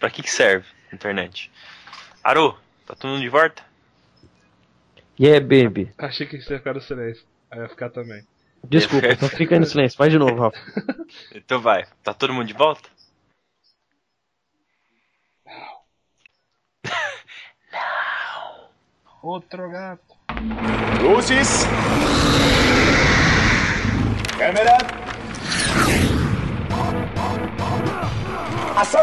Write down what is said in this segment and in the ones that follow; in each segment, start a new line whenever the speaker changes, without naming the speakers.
Pra que, que serve a internet? Aru, tá todo mundo de volta?
Yeah, baby.
Achei que a gente ia ficar no silêncio. Aí ia ficar também.
Desculpa, então fica aí no silêncio. Faz de novo, Rafa.
Então vai, tá todo mundo de volta?
Outro gato.
Luzes! Câmera! Ação!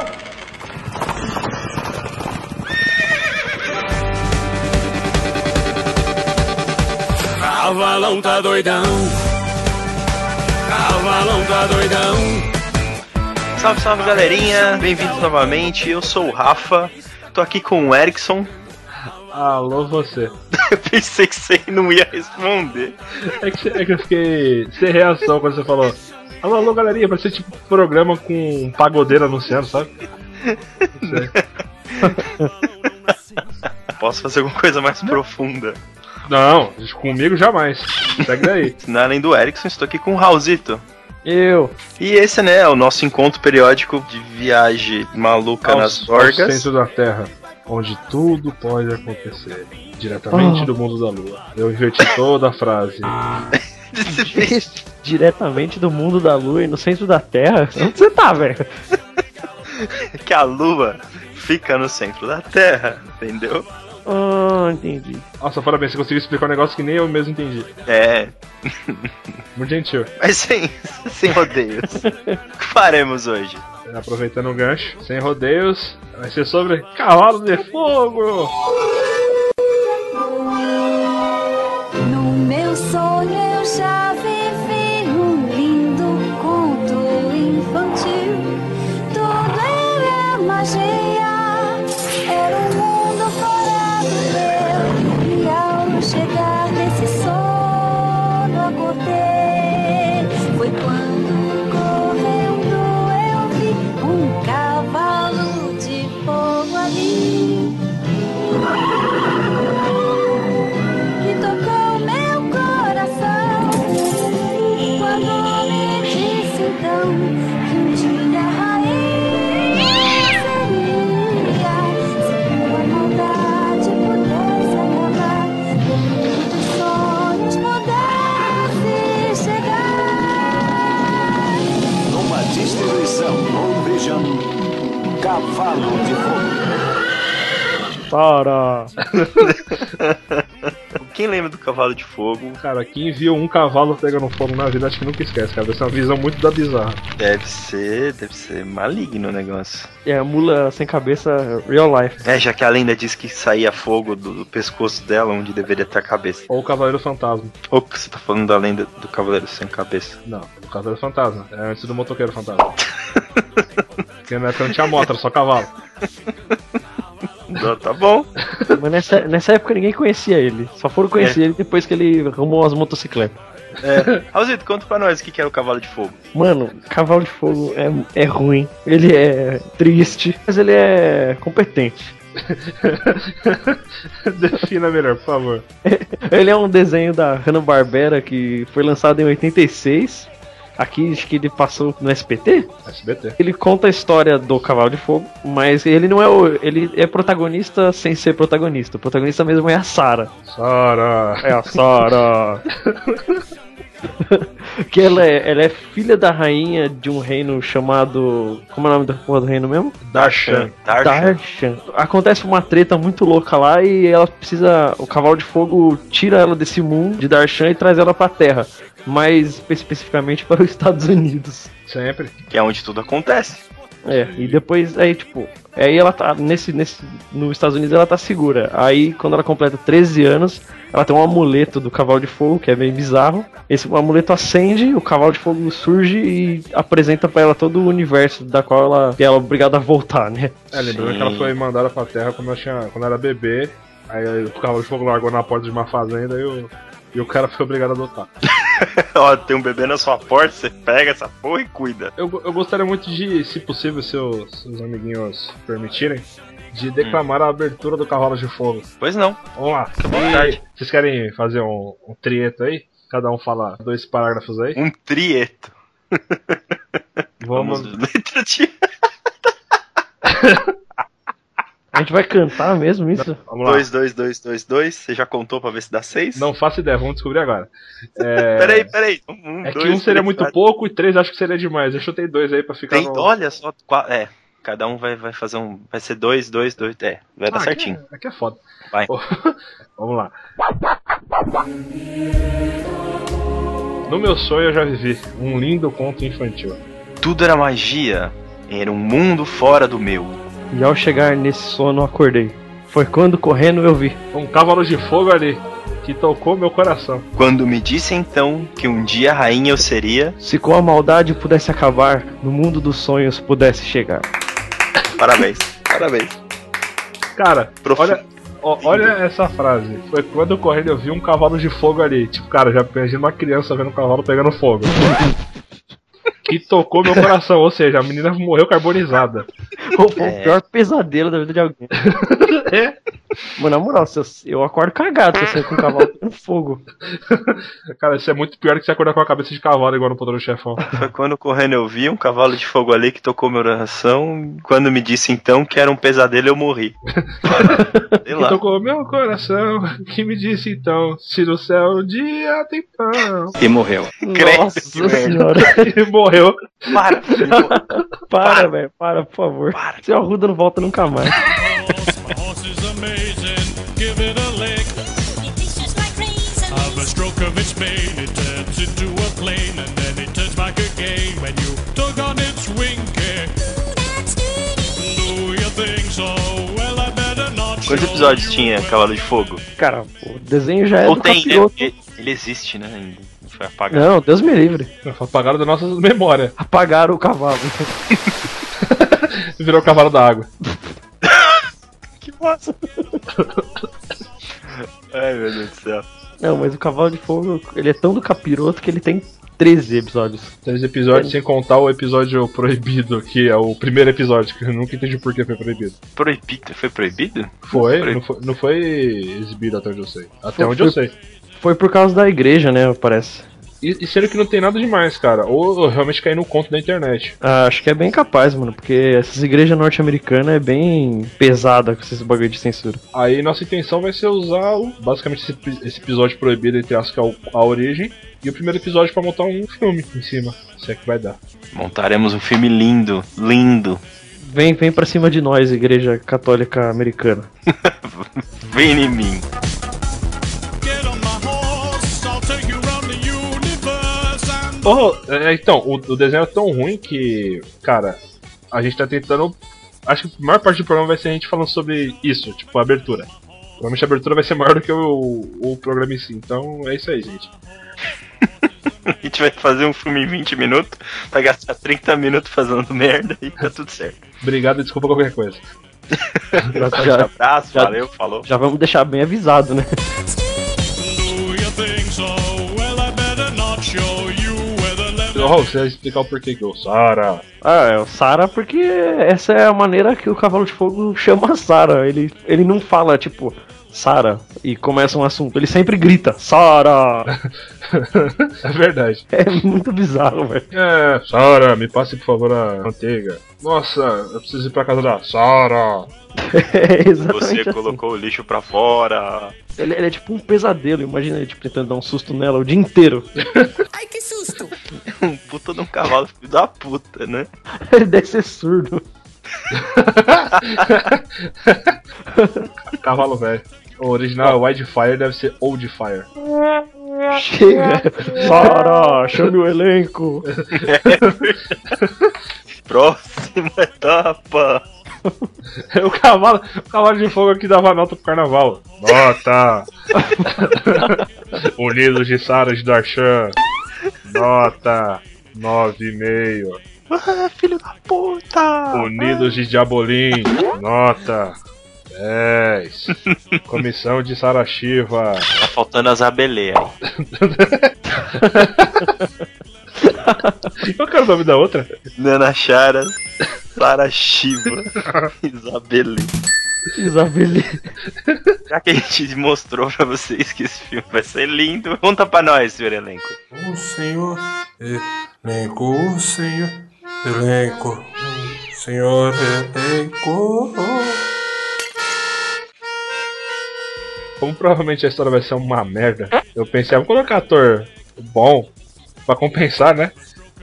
Cavalão tá doidão. Cavalão tá doidão.
Salve, salve galerinha, bem-vindos novamente. Eu sou o Rafa, tô aqui com o Erickson.
Alô, você.
Eu pensei que você não ia responder.
É que, é que eu fiquei sem reação quando você falou. Alô, alô, galerinha, vai ser tipo programa com um pagodeiro anunciando, sabe? Não sei.
Posso fazer alguma coisa mais profunda?
Não, comigo jamais. Segue daí.
Na é além do Erickson, estou aqui com o Raulzito.
Eu.
E esse, né, é o nosso encontro periódico de viagem maluca nas
Ao
orgas.
centro da Terra, onde tudo pode acontecer. Diretamente do mundo da Lua. Eu inverti toda a frase.
Diretamente do mundo da lua e no centro da terra? Onde você tá, velho?
que a lua fica no centro da Terra, entendeu?
Ah, entendi.
Nossa, parabéns, você conseguiu explicar um negócio que nem eu mesmo entendi.
É,
Muito gentil.
mas sem, sem rodeios. o que faremos hoje?
Aproveitando o gancho, sem rodeios, vai ser sobre cavalo de fogo!
No meu sonho eu já vivi um lindo conto infantil. Tudo era magia, era um mundo fora do meu. E ao chegar nesse sono acordei, foi quando correndo eu vi um cavalo de fogo ali. que tocou meu coração. Quando me disse então que um dia a raiz seria se tua maldade pudesse acabar, o mundo dos sonhos pudesse chegar.
Numa distribuição Norwegian Cavalo de Fogo.
Para.
Quem lembra do Cavalo de Fogo?
Cara, quem viu um cavalo pegando fogo na vida, acho que nunca esquece, cara. Essa é uma visão muito da bizarra.
Deve ser, deve ser maligno o negócio.
É a mula sem cabeça real life.
É, já que a lenda diz que saía fogo do, do pescoço dela, onde deveria ter a cabeça.
Ou o Cavaleiro Fantasma.
Ou que você tá falando da lenda do Cavaleiro Sem Cabeça?
Não, o Cavaleiro Fantasma. É antes do Motoqueiro Fantasma. Porque na época não tinha moto, era só cavalo.
Não, tá bom.
Mas nessa, nessa época ninguém conhecia ele. Só foram conhecer ele depois que ele arrumou as motocicletas.
É, Raulzito, conta pra nós o que que era o Cavalo de Fogo.
Mano, Cavalo de Fogo é, é ruim. Ele é triste, mas ele é competente.
Defina melhor, por favor.
Ele é um desenho da Hanna-Barbera que foi lançado em 86. Aqui, acho que ele passou no SPT.
SBT.
Ele conta a história do Cavalo de Fogo, mas ele não é o. Ele é protagonista sem ser protagonista. O protagonista mesmo é a Sarah.
Sara!
É a Sara! que ela é, ela é filha da rainha de um reino chamado. Como é o nome da porra do reino mesmo?
É,
Darshan.
Darshan.
Darshan. Acontece uma treta muito louca lá e ela precisa. O cavalo de fogo tira ela desse mundo de Darshan e traz ela pra terra. Mais especificamente para os Estados Unidos.
Sempre.
Que é onde tudo acontece.
É, e depois aí, tipo, aí ela tá nesse nesse nos Estados Unidos ela tá segura. Aí quando ela completa 13 anos, ela tem um amuleto do cavalo de fogo, que é bem bizarro. Esse amuleto acende, o cavalo de fogo surge e apresenta pra ela todo o universo da qual ela que ela é obrigada a voltar, né?
É, lembrando
Sim.
que ela foi mandada pra terra quando ela, tinha, quando ela era bebê. Aí o cavalo de fogo largou na porta de uma fazenda e o, e o cara foi obrigado a adotar.
Ó, tem um bebê na sua porta, você pega essa porra e cuida.
Eu, eu gostaria muito de, se possível, se os, se os amiguinhos permitirem, de declamar a abertura do Cavalo de Fogo.
Pois não.
Vamos lá.
vontade.
Vocês querem fazer um, um trieto aí? Cada um fala dois parágrafos aí?
Um trieto.
Vamos.
Letra de...
gente vai cantar mesmo isso?
Vamos lá.
2, 2, 2, 2, 2. Você já contou pra ver se dá 6?
Não faço ideia, vamos descobrir agora. É,
Peraí, peraí. Um,
é que
dois,
um seria
três,
muito
quatro.
pouco um. e três acho que seria demais. Eu chutei dois aí pra ficar
Tem,
no...
olha só. qua- É, cada um vai, vai fazer um. Vai ser 2, 2, 2. É, vai
Ah,
dar certinho.
Aqui é, aqui é foda.
Vai.
Vamos lá. No meu sonho eu já vivi um lindo conto infantil.
Tudo era magia. Era um mundo fora do meu.
E ao chegar nesse sono, acordei. Foi quando correndo eu vi.
Um cavalo de fogo ali que tocou meu coração.
Quando me disse então que um dia rainha eu seria,
Se com a maldade pudesse acabar, no mundo dos sonhos pudesse chegar.
parabéns. Parabéns.
Cara,
Profundo.
olha, ó, olha essa frase. Foi quando correndo eu vi um cavalo de fogo ali. Tipo, cara, já imagina uma criança vendo um cavalo pegando fogo. que tocou meu coração, ou seja, a menina morreu carbonizada.
Foi
É.
o pior pesadelo da vida de alguém.
É.
Mano, na moral, se eu, eu acordo cagado se eu sair com o cavalo pegando fogo.
Cara, isso é muito pior que você acordar com a cabeça de cavalo igual no Poder do Chefão.
Foi quando correndo eu vi um cavalo de fogo ali que tocou meu coração. Quando me disse então que era um pesadelo, eu morri. Sei
Que
lá.
tocou Então, meu coração, que me disse então, se no céu um dia tem pão.
E morreu.
Nossa senhora.
E morreu.
Para!
Para, velho. Para, por favor. Seu Arruda não volta nunca mais.
My horse is amazing. Give it a lick. Have a stroke of its mane. It turns into a plane and then it turns back again when you tug on its wing. kick. Do you think so? Well, I better not.
Quantos
show
episódios
you
tinha
where
Cavalo de Fogo?
Cara, o desenho já é
Ou
do
tem, né?
capiroto.
Porque ele existe, né? Ainda. Foi apagado.
Não, Deus me livre.
Apagaram da nossa memória.
Apagaram o cavalo.
Virou o cavalo da água.
Que massa! Ai, É, meu Deus do céu.
Não, mas o cavalo de fogo, ele é tão do capiroto que ele tem 13 episódios.
Três episódios sem contar o episódio proibido, que é o primeiro episódio, que eu nunca entendi por que foi proibido.
Proibido? Foi proibido?
Foi?
Proibido.
Não foi, não foi exibido até onde eu sei. Até
Foi-
onde eu sei.
Foi por causa da igreja, né, parece.
E, e sendo que não tem nada demais, cara. Ou eu realmente caí no conto da internet.
Ah, acho que é bem capaz, mano, porque essas igrejas norte-americanas é bem pesada com esses bagulho de censura.
Aí nossa intenção vai ser usar o- basicamente esse, epi- esse episódio proibido, entre aspas, que é o- a origem, e o primeiro episódio pra montar um filme em cima. Se é que vai dar.
Montaremos um filme lindo, lindo.
Vem, vem pra cima de nós, igreja católica americana.
Vem em mim.
Get on my horse. I'll take you round the universe. And
Oh, é, então, o, o desenho é tão ruim que, cara, a gente tá tentando. Acho que a maior parte do programa vai ser a gente falando sobre isso, tipo, a abertura. Provavelmente a abertura vai ser maior do que o, o programa em si. Então é isso aí, gente.
A gente vai fazer um filme em 20 minutos, vai gastar 30 minutos fazendo merda e tá tudo certo.
Obrigado e desculpa qualquer coisa.
Já, já-
Abraço,
Já-
valeu, falou.
já vamos deixar bem avisado, né?
do you think so? Well, I better not show you where the lemon.
Oh, você vai explicar o porquê que eu. Sara!
Ah, é o Sara, porque essa é a maneira que o Cavalo de Fogo chama a Sara. Ele, ele não fala, tipo, Sara, e começa um assunto. Ele sempre grita, Sara!
é verdade.
É muito bizarro, velho.
É, Sara, me passe por favor a manteiga. Nossa, eu preciso ir pra casa da Sara!
É exatamente
Você
assim.
colocou o lixo pra fora.
Ele, ele é tipo um pesadelo, imagina ele tipo, tentando dar um susto nela o dia inteiro.
Um puta de um cavalo, filho da puta, né?
Ele deve ser surdo.
Cavalo velho. O original é Wildfire, deve ser Old Fire.
Chega! Sara, chame o elenco!
Próxima etapa.
O cavalo, o cavalo de fogo aqui dava nota pro carnaval. Nota! Unidos de Sara de Darshan. Nota! 9,5.
Ah, filho da puta.
Unidos de Diabolim. Nota! 10. Comissão de Sara Shiva.
Tá faltando as abelhas aí.
Qual que era o nome da outra?
Nanachara, Sarashiva, Isabeli.
Isabelle.
Já que a gente mostrou pra vocês que esse filme vai ser lindo, conta pra nós, senhor elenco.
O senhor elenco, o senhor elenco, o senhor elenco.
provavelmente a história vai ser uma merda, eu pensei, ah, vou colocar ator bom pra compensar, né?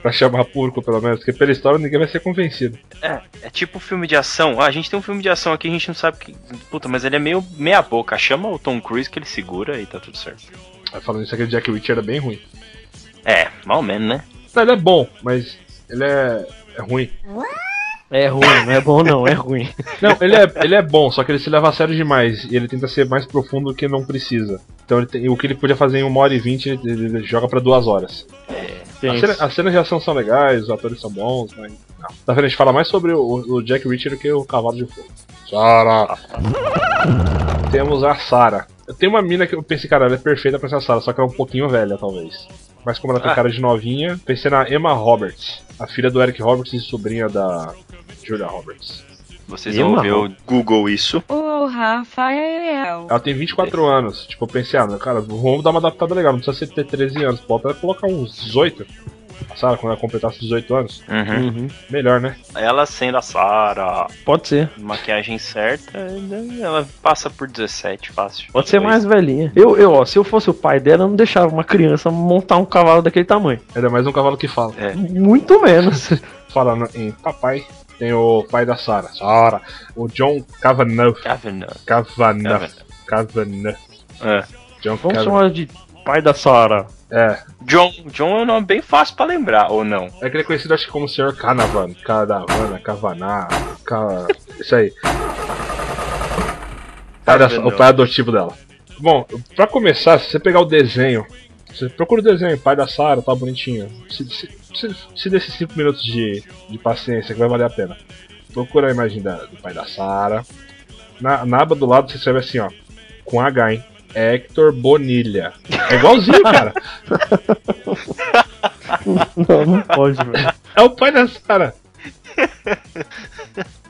Pra chamar público, pelo menos, porque pela história ninguém vai ser convencido.
É, é tipo filme de ação. Ah, a gente tem um filme de ação aqui, a gente não sabe que. Puta, mas ele é meio meia boca. Chama o Tom Cruise que ele segura e tá tudo certo.
Aí, Falando isso, aquele Jack Witch era bem ruim.
É, mal menos, né?
Não, ele é bom, mas ele é, é ruim.
É ruim, não é bom não, é ruim.
Não, ele é, ele é bom, só que ele se leva a sério demais e ele tenta ser mais profundo do que não precisa. Então ele tem- o que ele podia fazer em uma hora e vinte, ele, ele joga pra duas horas. As cenas, as cenas de ação são legais, os atores são bons, mas. Não. Tá vendo? A gente fala mais sobre o, o Jack Reacher do que o Cavalo de Fogo. Sara! Temos a Sara. Eu tenho uma mina que eu pensei, cara, ela é perfeita pra ser a Sara, só que ela é um pouquinho velha, talvez. Mas como ela tem
Ah.
cara de novinha, pensei na Emma Roberts, a filha do Eric Roberts e sobrinha da Julia Roberts.
Vocês
Eu
vão
não.
ver o Google isso.
O Rafael.
Ela tem 24 anos. Tipo, eu pensei, ah, cara, vamos dar uma adaptada legal. Não precisa ser ter 13 anos. Pode até colocar uns 18. A Sarah, quando ela completasse 18 anos,
Uhum.
Uhum.
melhor, né?
Ela sendo a Sarah,
Pode ser.
maquiagem certa, ela passa por 17 fácil.
Pode ser mais velhinha. Eu, eu, ó, se eu fosse o pai dela, eu não deixava uma criança montar um cavalo daquele tamanho.
Ainda mais um cavalo que fala.
É.
Muito menos.
Falando em papai, tem o pai da Sarah. Sarah. O John Cavanaugh.
um.
Cavanaugh.
Cavanaugh. Cavanaugh.
É.
John
Vamos
Cavanaugh.
chamar de pai da Sara.
É.
John, John é um nome bem fácil pra lembrar, ou não?
É que ele é conhecido, acho que como Sr. Canavan. Cadavana, Cavaná. Ca... Isso aí. Pai da- o pai adotivo dela. Bom, pra começar, se você pegar o desenho, você procura o desenho, pai da Sarah, tá bonitinho. Se, se, se, se desse 5 minutos de, de paciência, que vai valer a pena. Procura a imagem da- do pai da Sarah. Na, na aba do lado você escreve assim, ó. Com H, hein? Hector Bonilha. É igualzinho, cara.
Não, não pode, velho.
É o pai da Sarah.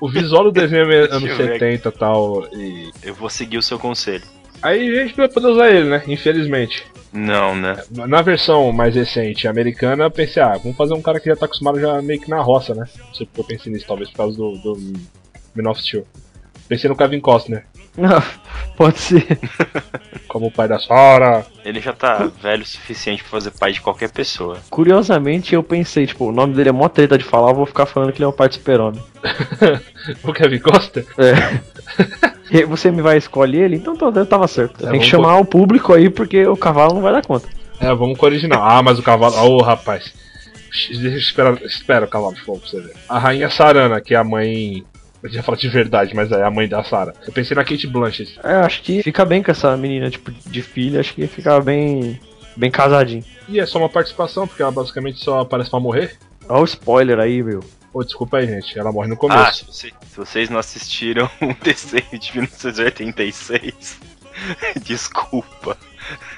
O visual do desenho é meio
Deixa
anos
eu ver aqui.
70 e tal, e
Eu vou seguir o seu conselho.
Aí a gente não vai poder usar ele, né? Infelizmente.
Não, né?
Na versão mais recente americana, eu pensei, ah, vamos fazer um cara que já tá acostumado já meio que na roça, né? Não sei porque eu pensei nisso, talvez por causa do, do Men of Steel. Pensei no Kevin Costner,
Não, pode ser.
como o pai da Sora.
Ele já tá velho o suficiente pra fazer pai de qualquer pessoa.
Curiosamente, eu pensei, tipo, o nome dele é mó treta de falar, eu vou ficar falando que ele é o pai do super-homem.
o Kevin Costner?
É. E aí você me vai escolher ele? Então tô- eu tava certo.
É,
Tem que
vamos
chamar o público aí, porque o cavalo não vai dar conta.
É, vamos com o original. Ah, mas o cavalo. Ô, rapaz. Deixa eu esperar, espera o cavalo de fogo pra você ver. A rainha Sarana, que é a mãe. Eu ia falar de verdade, mas é a mãe da Sarah. Eu pensei na Kate Blanchett.
É, acho que fica bem com essa menina, tipo, de filha, acho que fica bem. bem casadinho.
E é só uma participação, porque ela basicamente só aparece pra morrer.
Olha o spoiler aí, meu.
Ô, desculpa aí, gente. Ela morre no
Ah, se,
começo.
você- se vocês não assistiram o desenho de 1986, desculpa.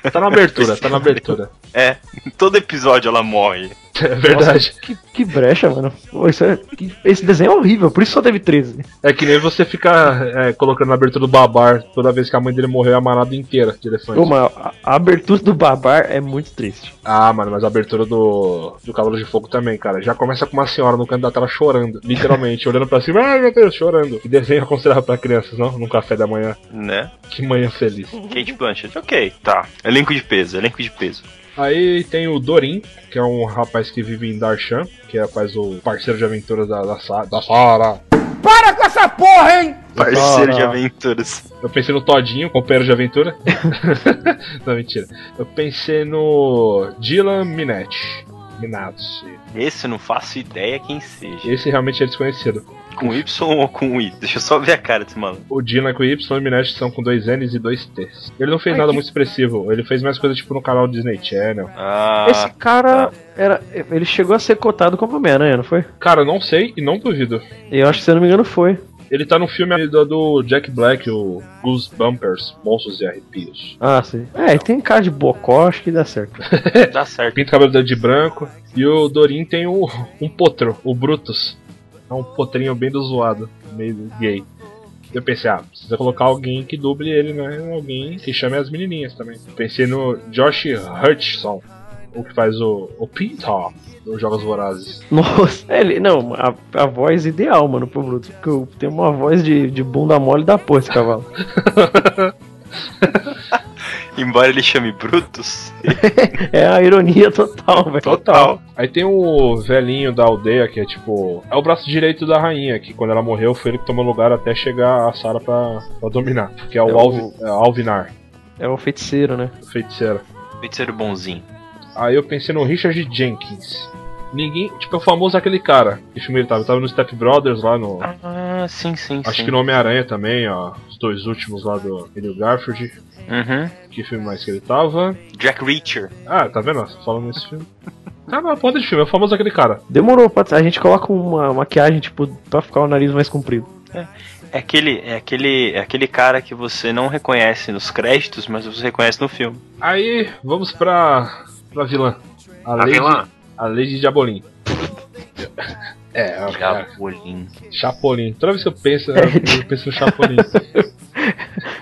tá na abertura, tá na abertura.
É, em todo episódio ela morre.
É verdade.
Que, que brecha, mano. Pô, isso é- que- esse desenho é horrível, por isso só teve 13.
É que nem você ficar é, colocando na abertura do babar toda vez que a mãe dele morreu é a manada inteira de elefante.
Ô, mano, a, a abertura do Babar é muito triste.
Ah, mano, mas a abertura do, do Cavalo de Fogo também, cara. Já começa com uma senhora no canto da tela chorando, literalmente, olhando pra cima, ai meu Deus, chorando. Que desenho aconselhava pra crianças, não? Num café da manhã.
Né?
Que manhã feliz.
Kate Blanchett, ok, tá. Elenco de peso, elenco de peso.
Aí tem o Dorin, que é um rapaz que vive em Darshan, que é faz o parceiro de aventuras da, da, Sa- da Sara.
Parceiro de
Fala.
aventuras.
Eu pensei no Todinho, companheiro de aventura. não, mentira. Eu pensei no Dylan Minetti. Minazzi.
Esse eu não faço ideia quem seja.
Esse realmente é desconhecido.
Com Y ou com I? Deixa eu só ver a cara desse maluco.
O Dylan com Y e o Minaj são com dois N's e dois T's. Ele não fez nada muito expressivo, ele fez mais coisa tipo no canal Disney Channel.
Ah,
Esse cara era. Ele chegou a ser cotado como Homem-Aranha, não foi?
Cara, não sei e não duvido.
Eu acho que, se eu não me engano, foi.
Ele tá no filme do, do Jack Black, o Goose Bumpers, Monstros e Arrepios.
Ah, sim. É, tem cara de bocó, acho que dá certo.
dá certo.
Pinta o cabelo dele de branco. E o Dorin tem um, um potro, o Brutus. É um potrinho bem do zoado, meio gay. Eu pensei, ah, precisa colocar alguém que duble ele, né? Alguém que chame as menininhas também. Pensei no Josh Hutcherson, o que faz o, o Pintar nos Jogos Vorazes.
Nossa, É, ele. Não, a, a voz ideal, mano, pro Bruto. Porque eu tenho uma voz de, de bunda mole da porra esse cavalo.
Embora ele chame Brutus.
É a ironia total, velho.
Total. Aí tem o velhinho da aldeia que é tipo. É o braço direito da rainha, que quando ela morreu foi ele que tomou lugar até chegar a Sara pra, pra dominar. Que é o,
É o-
Alvi- é, Alvinar,
É o feiticeiro, né?
feiticeiro.
é um Feiticeiro bonzinho.
Aí eu pensei no Richard Jenkins. Ninguém. Tipo, é o famoso aquele cara. Que filme ele tava? Ele tava no Step Brothers lá no.
Ah, sim, sim,
Acho
sim.
que no Homem-Aranha também, ó. Os dois últimos lá do Andrew Garfield.
Uhum.
Que filme mais que ele tava?
Jack Reacher.
Ah, tá vendo? Falando nesse filme. Tá na ponta de filme, é o famoso aquele cara.
Demorou, pode ser. A gente coloca uma maquiagem, tipo, pra ficar o nariz mais comprido.
É aquele, é aquele, é aquele cara que você não reconhece nos créditos, mas você reconhece no filme.
Aí, vamos pra. pra vilã. A, Lady, a Lady Diabolim. É, a-
Jabolim.
Chapolin. Toda vez que eu penso, eu penso no Chapolin.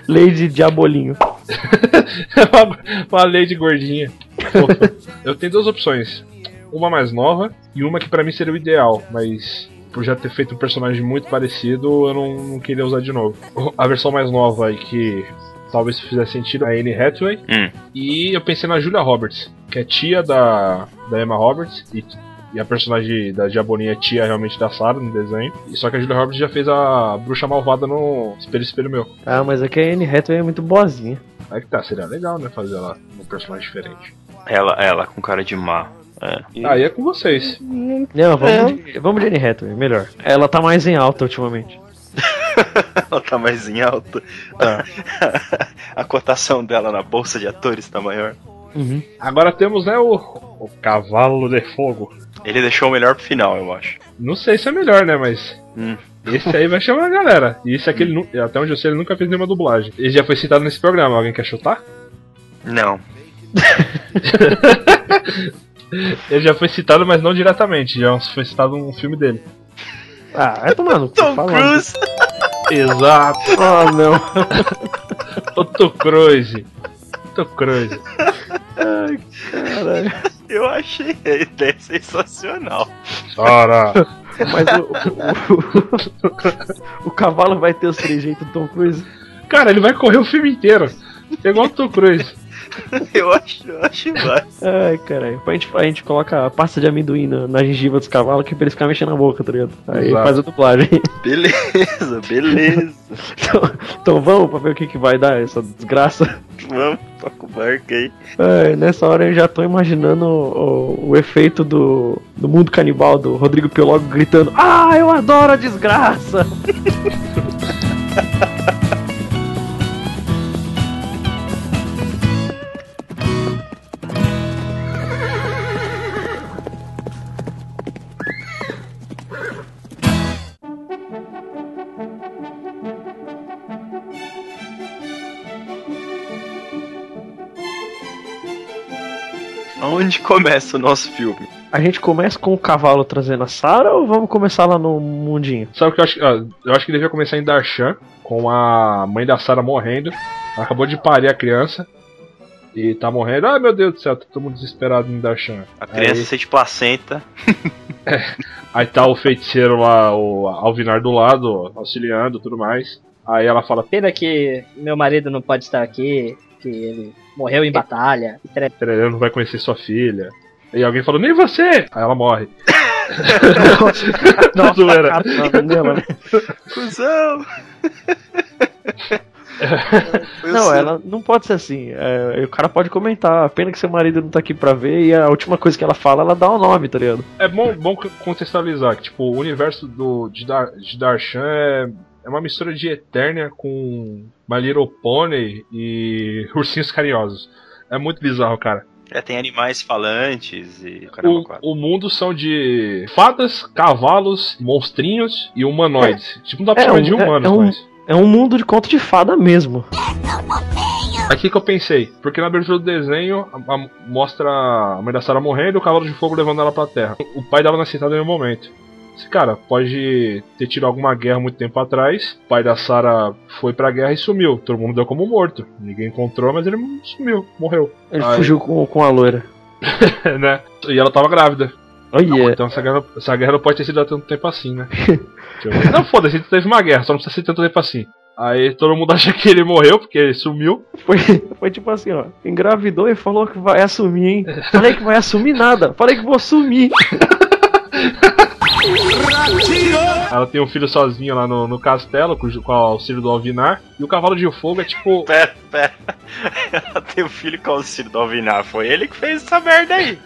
Lady Diabolinho.
uma, uma Lady gordinha. Fofa. eu tenho duas opções. Uma mais nova e uma que pra mim seria o ideal, mas por já ter feito um personagem muito parecido, eu não, não queria usar de novo. A versão mais nova e que talvez fizesse sentido é a Anne Hathaway.
Hum.
E eu pensei na Julia Roberts, que é tia da, da Emma Roberts e, e a personagem da Diabolinha é tia realmente da Sarah no desenho. E Só que a Julia Roberts já fez a bruxa malvada no Espelho Espelho Meu.
Ah, mas aqui a Anne Hathaway é muito boazinha.
Aí que tá, seria legal, né, fazer ela um personagem diferente.
Ela, ela com cara de má. É.
Aí é com vocês.
Não, vamos, de, vamos de Anne Hathaway, melhor. Ela tá mais em alta ultimamente.
Ela tá mais em alta.
Tá.
A cotação dela na bolsa de atores tá maior.
Agora temos, né, o, o Cavalo de Fogo.
Ele deixou o melhor pro final, eu acho.
Não sei se é melhor, né, mas...
Hum.
Esse aí vai chamar a galera. E esse aqui, ele nu- até onde eu sei, ele nunca fez nenhuma dublagem. Ele já foi citado nesse programa. Alguém quer chutar?
Não.
Ele já foi citado, mas não diretamente. Já foi citado num filme dele.
Ah, é tomando.
Tom Cruise!
Exato.
Ah, não.
Otto Cruise. Otto Cruise.
Caralho.
Eu achei a ideia sensacional.
Sora.
Mas o, o, o, o cavalo vai ter os trejeitos do Tom Cruise.
Cara, ele vai correr o filme inteiro. É Igual o Otto Cruise.
Eu acho, eu acho mais.
Ai, caralho. A gente, a gente coloca a pasta de amendoim na, na gengiva dos cavalos que é pra eles ficarem mexendo na boca, tá ligado? Aí
Exato.
faz a dublagem.
Beleza, beleza.
Então, então vamos pra ver o que, que vai dar essa desgraça.
Vamos, toca o barco aí.
Ai, nessa hora eu já tô imaginando o, o- o efeito do, do mundo canibal do Rodrigo Piologo gritando: Ah, eu adoro a desgraça!
Onde começa o nosso filme?
A gente começa com o cavalo trazendo a Sarah ou vamos começar lá no mundinho?
Sabe o que eu acho? ah, Eu acho que devia começar em Darshan, com a mãe da Sarah morrendo. Ela acabou de parir a criança. E tá morrendo. Ah, meu Deus do céu, tá todo mundo desesperado em Darshan.
A criança
Aí.
sente placenta.
Aí tá o feiticeiro lá, o Alvinar do lado, auxiliando e tudo mais. Aí ela fala,
Pena que meu marido não pode estar aqui, que ele morreu em batalha. Tre-
Tererê não vai conhecer sua filha. E alguém falou, nem você! Aí ela morre. Não, zoeira.
Catada nela, né?
Cusão! Foi o
Não,
seu-
ela não pode ser assim. É, o cara pode comentar, pena que seu marido não tá aqui pra ver, e a última coisa que ela fala, ela dá o nome, tá ligado?
É bom, bom contextualizar que tipo, o universo do, de, Dar, de Darshan é, é uma mistura de Eternia com My Little Pony e Ursinhos Carinhosos. É muito bizarro, cara.
É, tem animais falantes e. Caramba,
O,
quatro.
o mundo são de fadas, cavalos, monstrinhos e humanoides. Tipo, não dá pra
É,
chamar
um-
de
é-
humanos,
é um-
mas...
É um mundo de conto de fada mesmo.
Aqui que eu pensei, porque na abertura do desenho a- a- mostra a mãe da Sarah morrendo e o cavalo de fogo levando ela pra terra. O pai dela nasceu no mesmo um momento. Esse cara pode ter tido alguma guerra muito tempo atrás. O pai da Sarah foi pra guerra e sumiu. Todo mundo deu como morto. Ninguém encontrou, mas ele sumiu, morreu.
Ele
Ai.
fugiu com, com a loira.
né? E ela tava grávida.
Olha,
Então essa guerra, essa guerra não pode ter sido há tanto tempo assim, né? Deixa eu ver. não, foda-se, teve uma guerra, só não precisa ser tanto tempo assim. Aí todo mundo acha que ele morreu, porque ele sumiu.
Foi, foi tipo assim, ó. Engravidou e falou que vai assumir, hein? Falei que vai assumir nada. Falei que vou sumir.
Ela tem um filho sozinha lá no, no castelo, com, o- com o auxílio do Alvinar. E o cavalo de fogo é tipo.
Pera, pera. Ela tem um filho com o auxílio do Alvinar. Foi ele que fez essa merda aí.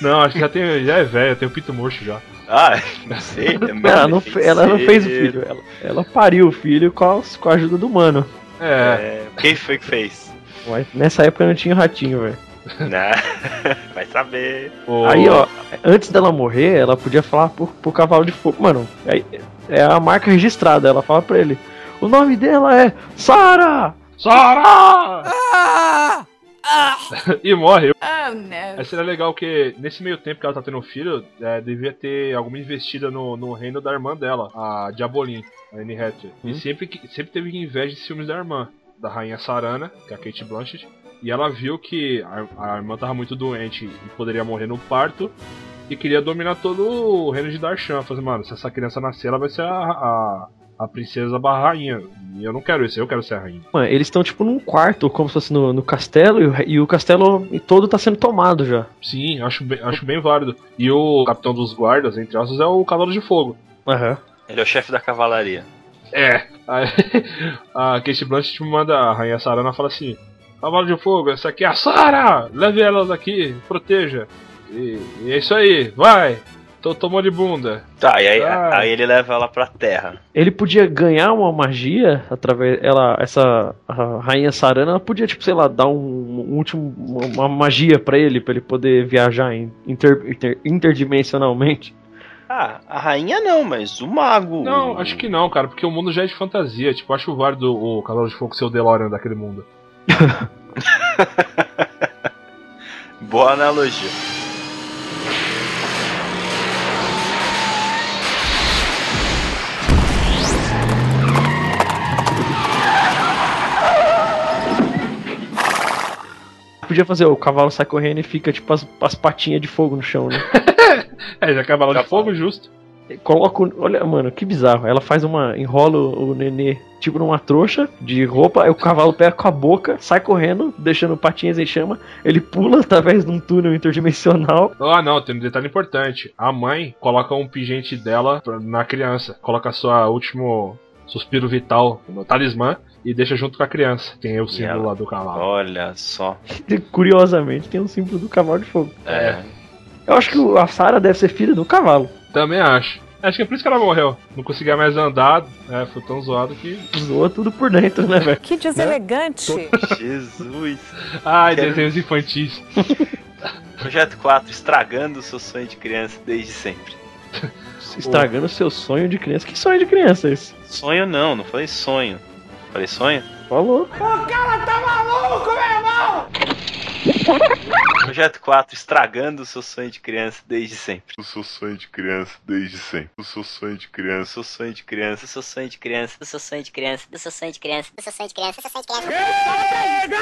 Não, acho que já, tem, já é velho, tem o pinto murcho já.
Ah, não sei. também.
ela, não, fe- ela não fez o filho. Ela, ela pariu o filho com a, com a ajuda do mano.
É.
É, quem foi que fez?
Mas nessa época não tinha ratinho, velho.
né? Vai saber.
o-
É. Aí, ó, antes dela morrer, ela podia falar pro, pro cavalo de fogo. Mano, aí- é a marca registrada. Ela fala pra ele: O nome dela é Sara!
Sara! e morre. Aí seria legal que, nesse meio tempo que ela tá tendo um filho, é, devia ter alguma investida no, no reino da irmã dela, a Diabolin, a Anne Hathaway. E sempre, que- sempre teve inveja de filmes da irmã, da rainha Sarana, que é a Kate Blanchett. E ela viu que a, a irmã tava muito doente e poderia morrer no parto. E queria dominar todo o reino de Darshan. Falei, assim, mano, se essa criança nascer, ela vai ser a, a, a princesa barra rainha. E eu não quero isso, eu quero ser a rainha.
Mano, eles estão tipo num quarto, como se fosse no, no castelo, e o, re- e o castelo todo tá sendo tomado já.
Sim, acho bem, acho bem válido. E o capitão dos guardas, entre aspas, é o Cavalo de Fogo.
Aham.
Ele é o chefe da cavalaria.
É. Aí, a Kate Blanchett me manda a Rainha Sarana fala assim: Cavalo de Fogo, essa aqui é a Sara! Leve ela daqui, proteja. E, e é isso aí, vai! Tô tomou de bunda.
Tá, e aí,
Ah.
aí ele leva ela pra terra.
Ele podia ganhar uma magia através. Ela, essa a rainha Sarana, ela podia, tipo, sei lá, dar um, um último. uma- Uma magia pra ele, pra ele poder viajar em- inter- inter- interdimensionalmente.
Ah, a rainha não, mas o mago.
Não, acho que não, cara, porque o mundo já é de fantasia. Tipo, acho válido o Cavalo de Fogo ser o DeLorean daquele mundo.
Boa analogia.
Podia fazer, o cavalo sai correndo e fica, tipo, as, as patinhas de fogo no chão, né?
É, já é Cavalo de
Cavalo.
Fogo, justo.
E Coloca. o- Olha, mano, que bizarro. Ela faz uma. enrola o o nenê, tipo, numa trouxa de roupa, aí o cavalo pega com a boca, sai correndo, deixando patinhas em chama, ele pula através de um túnel interdimensional.
Ah, não, tem um detalhe importante. A mãe coloca um pingente dela pra- na criança. Coloca sua último suspiro vital no talismã e deixa junto com a criança. Tem o símbolo
ela?
lá do cavalo.
Olha só.
Curiosamente, tem um símbolo do cavalo de fogo.
É.
Eu acho que o- a Sarah deve ser filha do cavalo.
Também acho. Acho que é por isso que ela morreu. Não conseguia mais andar, é, foi tão zoado que.
Zoa tudo por dentro, né, velho?
Que deselegante.
Jesus.
Ai,
Quero-
desenhos infantis.
Projeto 4, estragando o seu sonho de criança desde sempre.
Estragando o seu sonho de criança. Que sonho de criança é esse?
Sonho não, não falei sonho. Falei sonho?
Falou.
Projeto 4, estragando o seu sonho de criança desde sempre.
O seu sonho de criança desde sempre. O seu sonho de
O
criança.
seu sonho de criança, o seu sonho de criança, o seu sonho de criança.
Eu sou sonho de criança. Eu sou sonho de criança. Eu sou sonho de criança.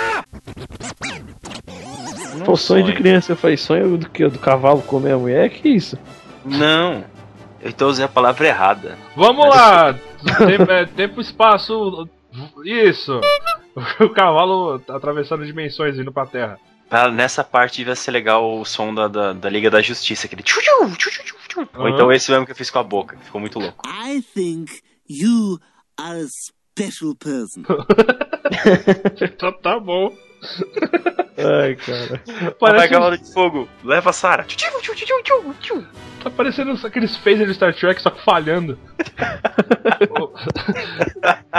Pô, sonho de criança. Eu falei, sonho do que? Do cavalo comer a mulher? Que isso?
Não. Eu tô usando a palavra errada.
Vamos lá! Tempo, é, tempo, espaço. Isso! O cavalo atravessando dimensões indo pra terra.
Ah, Nessa parte devia ser legal o som da, da, da Liga da Justiça, aquele tchu tchu tchu tchu tchu, tchu. Ou
Ah.
então esse mesmo que eu fiz com a boca, que ficou muito louco.
I think you are a special person.
Tá, tá bom.
Ai, cara.
Vai,
Parece, um
cavalo de fogo, leva a Sara. Tchu, tchu, tchu, tchu, tchu, tchu.
Tá parecendo aqueles phasers do Star Trek, só que falhando.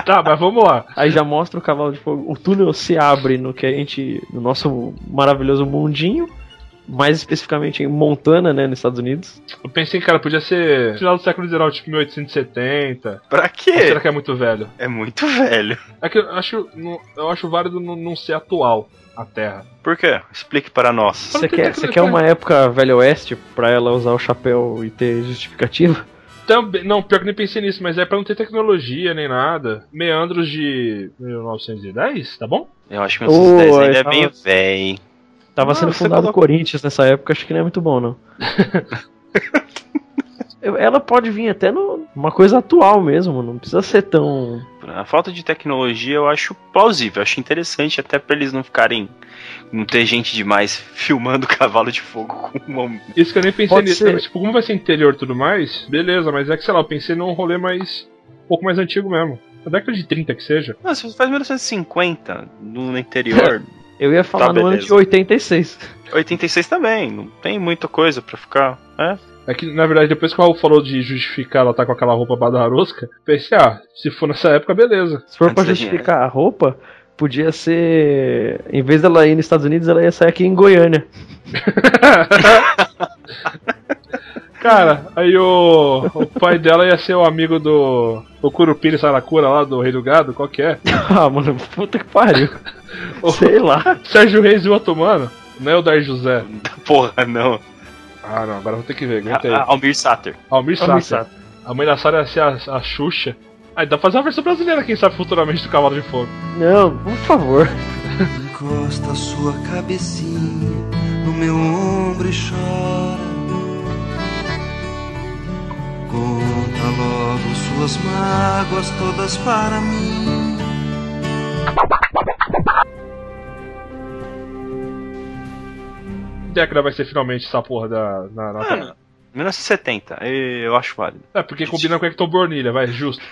tá, mas vamos lá.
Aí já mostra o cavalo de fogo. O túnel se abre no que a gente. no nosso maravilhoso mundinho. Mais especificamente em Montana, né, nos Estados Unidos.
Eu pensei, cara, podia ser final do século XIX, tipo 1870.
Pra
Ou será
quê?
que é muito velho?
É muito velho.
É que eu acho, não- eu acho válido não não ser atual a Terra.
Por quê? Explique para nós.
Você quer, você quer uma época velho oeste pra ela usar o chapéu e ter justificativa?
Também, não, pior que nem pensei nisso, mas é pra não ter tecnologia nem nada. Meandros de 1910, tá bom?
Eu acho que
Ô,
o 10 ainda é
eu
bem
tava-
velho.
Tava
Não,
sendo
você
fundado o
colocou-
Corinthians nessa época, acho que não é muito bom, não. Eu- ela pode vir até no, uma coisa atual mesmo, não precisa ser tão
loucura. A falta de tecnologia eu acho plausível, acho interessante até pra eles não ficarem. Não ter gente demais filmando cavalo de fogo com uma.
Isso que eu nem pensei nisso. também. Tipo, como vai ser interior e tudo mais, beleza, mas é que sei lá, eu pensei num rolê mais. um pouco mais antigo mesmo. Na década de 30 que seja.
Não, se você faz 1950 no interior.
Eu ia falar
Tá,
no ano
beleza.
de 86.
86 também, não tem muita coisa pra ficar. É.
É que, na verdade, depois que o Raul falou de justificar ela tá com aquela roupa badarosca, pensei, ah, se for nessa época, beleza.
Se for pra
né?
justificar a roupa, podia ser. Em vez dela ir nos Estados Unidos, ela ia sair aqui em Goiânia.
Cara, aí o, o pai dela ia ser o amigo do. O Curupira Saracura lá do Rei do Gado, qual que é?
ah, mano, puta que pariu.
Sei
lá.
Sérgio Reis e o Otomano? Não é o Dar José.
Porra, não.
Ah, não, agora vou ter que ver, aguenta aí.
Ah, Almir Sater.
Almir Sater.
Almir
A mãe da Sara ia ser a, a Xuxa. Aí dá pra fazer uma versão brasileira, quem sabe futuramente do Cavalo de Fogo.
Não, por favor.
Encosta sua cabecinha no meu ombro e chora. Conta logo suas mágoas todas para mim.
Década vai ser finalmente essa porra da. Na, na-
1970, eh, eu acho válido.
É, porque combina com o Hector Bornilha, vai, justo.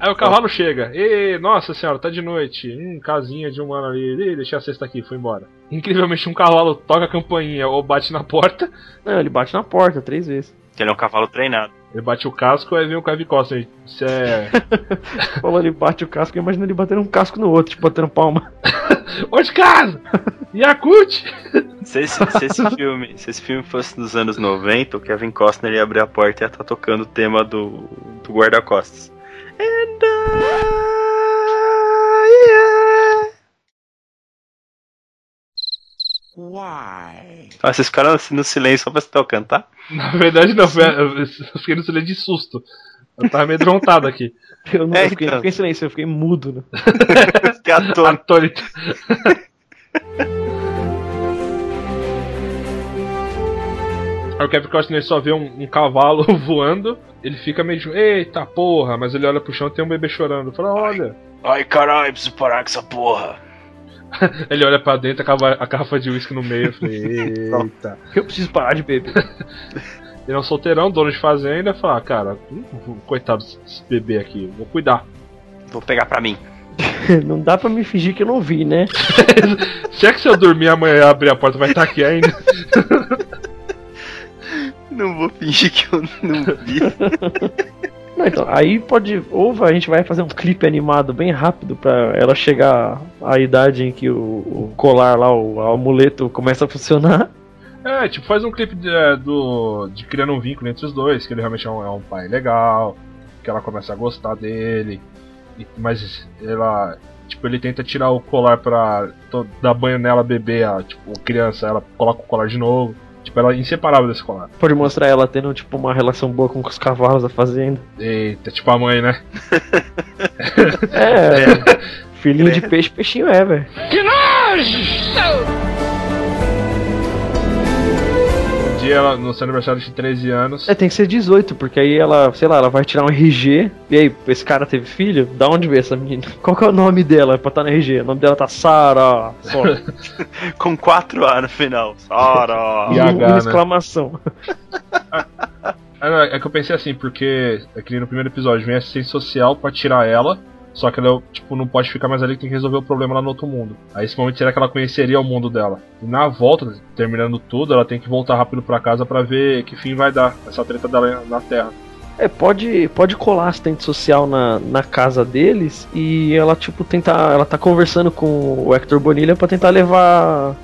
Aí o cavalo chega. E, nossa senhora, tá de noite. Hum, casinha de um ano ali. Ih, deixei a cesta aqui, foi embora. Incrivelmente, um cavalo toca a campainha ou bate na porta.
Não, ele bate na porta três vezes.
Que ele é um cavalo treinado.
Ele bate o casco, aí vem o Kevin Costner. Isso é.
Falou, ele bate o casco, imagina ele batendo um casco no outro, tipo, batendo palma.
Onde casa? Yakut!
Se esse, se esse filme, se esse filme fosse dos anos 90, o Kevin Costner ia abrir a porta e ia estar tocando o tema do, do guarda-costas. And I-
Why?
Ah, esses caras assim, no silêncio só pra tá? citar o cantar?
Na verdade, não, foi- eu fiquei no silêncio de susto. Eu tava amedrontado aqui.
Eu, não,
É,
eu fiquei,
então.
eu fiquei em silêncio, eu fiquei mudo. Né?
Que ator.
Atônito. Aí o Kevin Costner só vê um, um cavalo voando, ele fica meio de, eita porra, mas ele olha pro chão e tem um bebê chorando. Fala, olha.
Ai caralho, preciso parar com essa porra.
Ele olha pra dentro, a cava- a garrafa de uísque no meio. Eu falei, eita.
Eu preciso parar de beber.
Ele é um solteirão, dono de fazenda. Fala, "Ah, cara, hum, coitado desse bebê aqui, vou cuidar.
Vou pegar pra mim.
Não dá pra me fingir que eu não vi, né?
Se é que se eu dormir amanhã abrir a porta, vai estar aqui ainda.
Não vou fingir que eu não vi.
Não, então, aí pode. Ou vai- a gente vai fazer um clipe animado bem rápido pra ela chegar à idade em que o, o colar lá, o, o amuleto começa a funcionar.
É, tipo, faz um clipe de, é, do, de criando um vínculo entre os dois, que ele realmente é um, é um pai legal, que ela começa a gostar dele, e- mas ela. Tipo, ele tenta tirar o colar pra to- dar banho nela, bebê, a, tipo, criança, ela coloca o colar de novo. Tipo, ela é inseparável desse colar.
Pode mostrar ela tendo, tipo, uma relação boa com os cavalos da fazenda.
Eita, tipo a mãe, né?
É. Filhinho de peixe, peixinho é, velho.
Um dia, ela, no seu aniversário de 13 anos,
É, tem que ser 18, porque aí ela, sei lá, ela vai tirar um RG. E aí, esse cara teve filho? Da onde veio essa menina? Qual que é o nome dela pra estar no RG? O nome dela tá Sara. Só.
Com 4A no final. Sara.
E a-
Uma
né?
exclamação.
Ah, não, é que eu pensei assim, porque é que nem no primeiro episódio, vem a assistente social pra tirar ela, só que ela, tipo, não pode ficar mais ali, tem que resolver o problema lá no outro mundo. Aí esse momento será que ela conheceria o mundo dela. E na volta, terminando tudo, ela tem que voltar rápido pra casa pra ver que fim vai dar essa treta dela na Terra.
É, pode, pode colar assistente social na, na casa deles e ela, tipo, tentar. Ela tá conversando com o Hector Bonilha pra tentar levar.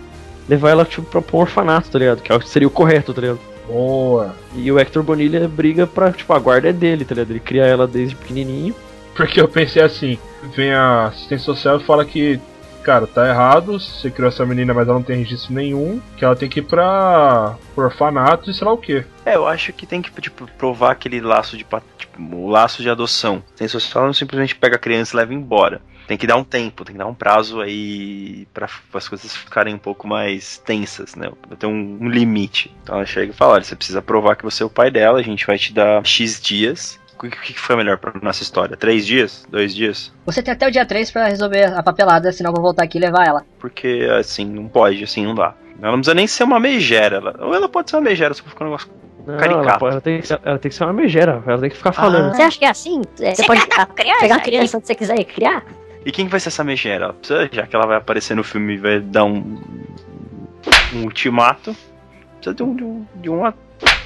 Levar ela, tipo, pra pra um orfanato, tá ligado? Que é o que seria o correto, tá ligado?
Boa!
E o Hector Bonilha briga pra, tipo, a guarda é dele, tá ligado? Ele cria ela desde pequenininho.
Porque eu pensei assim, vem a assistente social e fala que, cara, tá errado, você criou essa menina, mas ela não tem registro nenhum, que ela tem que ir pra pro orfanato e sei lá o que.
É, eu acho que tem que tipo, provar aquele laço de pat- tipo, o laço de adoção. Tem social não simplesmente pega a criança e leva embora. Tem que dar um tempo, tem que dar um prazo aí para as coisas ficarem um pouco mais tensas, né? Pra ter um, um limite. Então ela chega e fala: olha, você precisa provar que você é o pai dela, a gente vai te dar X dias. o que que foi melhor pra nossa história? Três dias? Dois dias?
Você tem até o dia 3 pra resolver a papelada, senão eu vou voltar aqui e levar ela.
Porque, assim, não pode, assim, não dá. Ela não precisa nem ser uma megera. Ela, ou ela pode ser uma megera, só pra ficar um negócio
Não, Ah, ela,
caricato.
pode- ela tem que ser, ela tem que ser uma megera, ela tem que ficar falando.
Você acha que é assim? É, Você pode ah, pegar uma criança onde você quiser e criar?
E quem vai ser essa megera? Ela precisa, já que ela vai aparecer no filme e vai dar um, um ultimato, precisa de, um, de, um- de uma